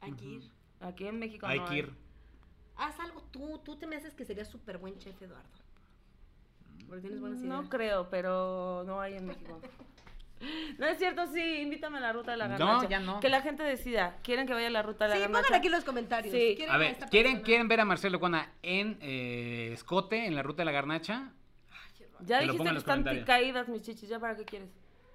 C: Aquí. ir.
D: Aquí en México
B: Hay
D: no
B: que ir.
C: Haz algo tú, tú te me haces que serías súper buen chef, Eduardo. Porque tienes buenas ideas.
D: No creo, pero no hay en México. No es cierto, sí, invítame a la ruta de la
B: No,
D: garnacha.
B: ya no.
D: Que la gente decida, ¿quieren que vaya a la ruta de la
C: Sí,
D: garnacha?
C: pongan aquí los comentarios.
D: Sí.
C: ¿Quieren
B: A ver,
C: esta
B: ¿quieren,
C: persona?
B: ¿quieren ver a Marcelo Cuana en eh, escote, en la ruta de la garnacha?
D: Ya
B: Que lo pongan
D: dijiste
B: en
D: que
B: los
D: están
B: comentarios.
D: caídas mis chichis, ¿ya para qué quieres?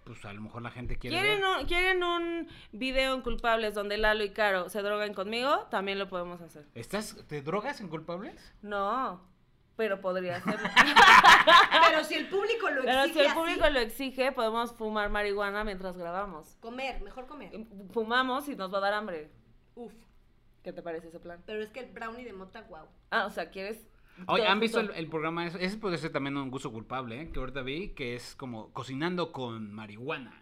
B: Pues a lo mejor la gente quiere
D: ¿Quieren
B: ver.
D: un, ¿Quieren un video en culpables donde Lalo y Caro se drogan conmigo? También lo podemos hacer.
B: ¿Estás, ¿Te drogas en culpables?
D: No, pero podría hacerlo.
C: Ah, Pero si el público lo exige
D: pero si el
C: así,
D: público lo exige, podemos fumar marihuana mientras grabamos.
C: comer, mejor
D: Em,
C: comer.
D: Fumamos y nos va a dar hambre.
C: Uf.
D: ¿Qué te parece ese plan?
C: Pero es que el brownie de mota, guau.
D: Ah, o sea, ¿quieres...?
B: Oye,
D: todo
B: ¿han visto el,
D: junto?
B: el programa? Ese- Ese puede ser también un gusto culpable, ¿eh? que ahorita vi, que es como cocinando con marihuana.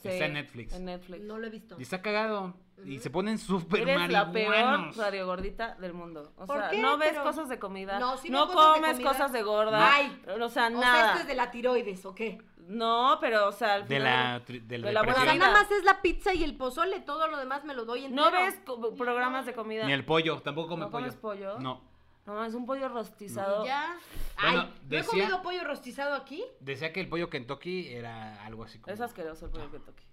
D: Sí,
B: Está en Netflix.
D: En Netflix.
C: No lo he visto.
B: Y está cagado. Y se ponen súper
D: Eres la peor
B: marihuanos.
D: radio gordita del mundo. O
C: ¿Por
D: sea,
C: qué?
D: no ves
C: Pero-
D: cosas de comida.
C: No, sí veo
D: no
C: cosas de
D: comes
C: comida.
D: cosas de gorda.
C: Ay.
D: O sea,
C: O sea,
D: nada.
C: esto es de la tiroides, ¿o qué?
D: No, pero o sea, al
B: De
D: final-
B: la, tri- de la
D: De la buena
C: O sea,
B: depresión.
D: vida.
C: nada más es la pizza y el pozole, todo lo demás me lo doy entero.
D: No ves co- programas de comida.
B: Ni el pollo, tampoco come
D: ¿No comes pollo?
B: No.
D: No, es un pollo rostizado.
C: Ya.
B: Bueno,
C: Ay, ¿no he
B: decía-
C: comido pollo rostizado aquí?
B: Decía que el pollo Kentucky era algo así como...
D: Es asqueroso el pollo que toque.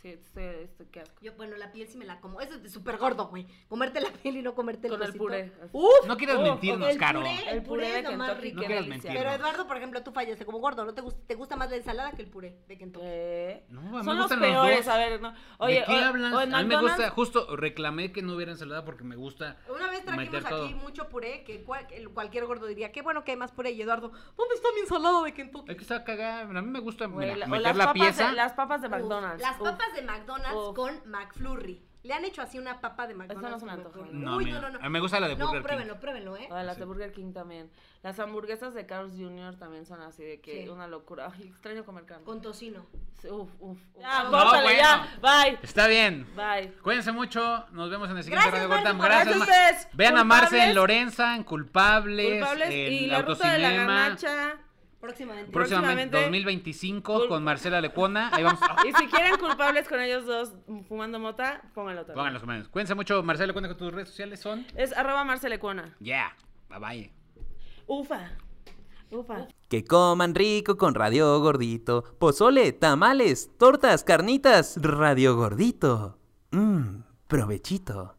D: Sí, estoy, estoy qué asco.
C: Yo, bueno, la piel sí me la como. Eso es de súper gordo, güey. Comerte la piel y no comerte el
D: Con el
C: trocito.
D: puré, así.
C: ¡Uf!
B: No quieras
D: Oh,
B: mentirnos,
C: el
B: Caro.
C: puré.
D: El puré
C: puré
D: de
C: es lo más
D: Kentucky,
C: rico.
B: No
D: qué
B: quieras
D: delicia.
B: mentir.
C: Pero Eduardo, por ejemplo, tú fallaste como gordo. ¿No te gusta, te gusta más la ensalada que el puré de Kentucky?
D: ¿Qué?
B: No, a mí me
D: Eh, Son los
B: gustan los
D: peores,
B: dos.
D: a ver, no. Oye,
B: ¿De qué
D: o-
B: hablas?
D: o en
B: a mí me gusta,
D: McDonald's-
B: justo reclamé que no hubiera ensalada porque me gusta
C: Una vez trajimos
B: meter
C: aquí
B: todo.
C: mucho puré que cual- el- cualquier gordo diría, qué bueno que hay más puré. Y Eduardo, ¿dónde está mi ensalada de Kentucky?
B: Es que estaba cagada, a mí me gusta
D: Güey,
B: mira,
D: la- o
B: meter
D: las
B: la
D: papas de-
B: pieza.
D: las papas de
C: Uf,
D: McDonald's.
C: Las
D: Uf.
C: papas de McDonald's
D: Uf.
C: con McFlurry. ¿Le han hecho así una papa de McDonald's?
D: se me
C: con
D: antoja,
C: McFlurry?
B: No,
C: Uy,
B: mira,
C: no, no,
B: a mí
C: no.
B: me gusta la de
C: No,
B: Burger
C: pruébenlo,
B: King.
C: pruébenlo, ¿eh?
D: Ah, las
B: Sí.
D: de Burger King también. Las hamburguesas de Carl's Jr. también son así de que
C: Sí.
D: una locura. Ay, extraño comer carne.
C: Con tocino.
D: Sí, Uf, uf, uf. Ya,
B: No,
D: córtale,
B: bueno.
D: ya. Bye.
B: Está bien.
D: Bye.
B: Cuídense mucho, nos vemos en el siguiente
C: Gracias,
B: Radio Gortam.
C: Marce,
B: Gracias.
D: gracias
B: Mar-
D: a ustedes.
B: Vean a Marce en
D: Culpables.
B: Lorenza, en Culpables,
D: Culpables
B: en
D: y la ruta de la
B: Autocinema.
D: garnacha.
C: Próximamente.
B: Próximamente,
D: Próximamente.
B: 2025
D: Cul-
B: con Marcela Lecuona. Ahí vamos.
D: Y si quieren culpables con ellos dos fumando mota, pónganlo también.
B: Pongan los comentarios. Cuídense mucho, Marcela Lecuona, que tus redes sociales son.
D: Es arroba marcelecuona.
B: Yeah. Bye bye.
D: Ufa. Ufa.
A: Que coman rico con Radio Gordito. Pozole, tamales, tortas, carnitas, Radio Gordito. Mmm, provechito.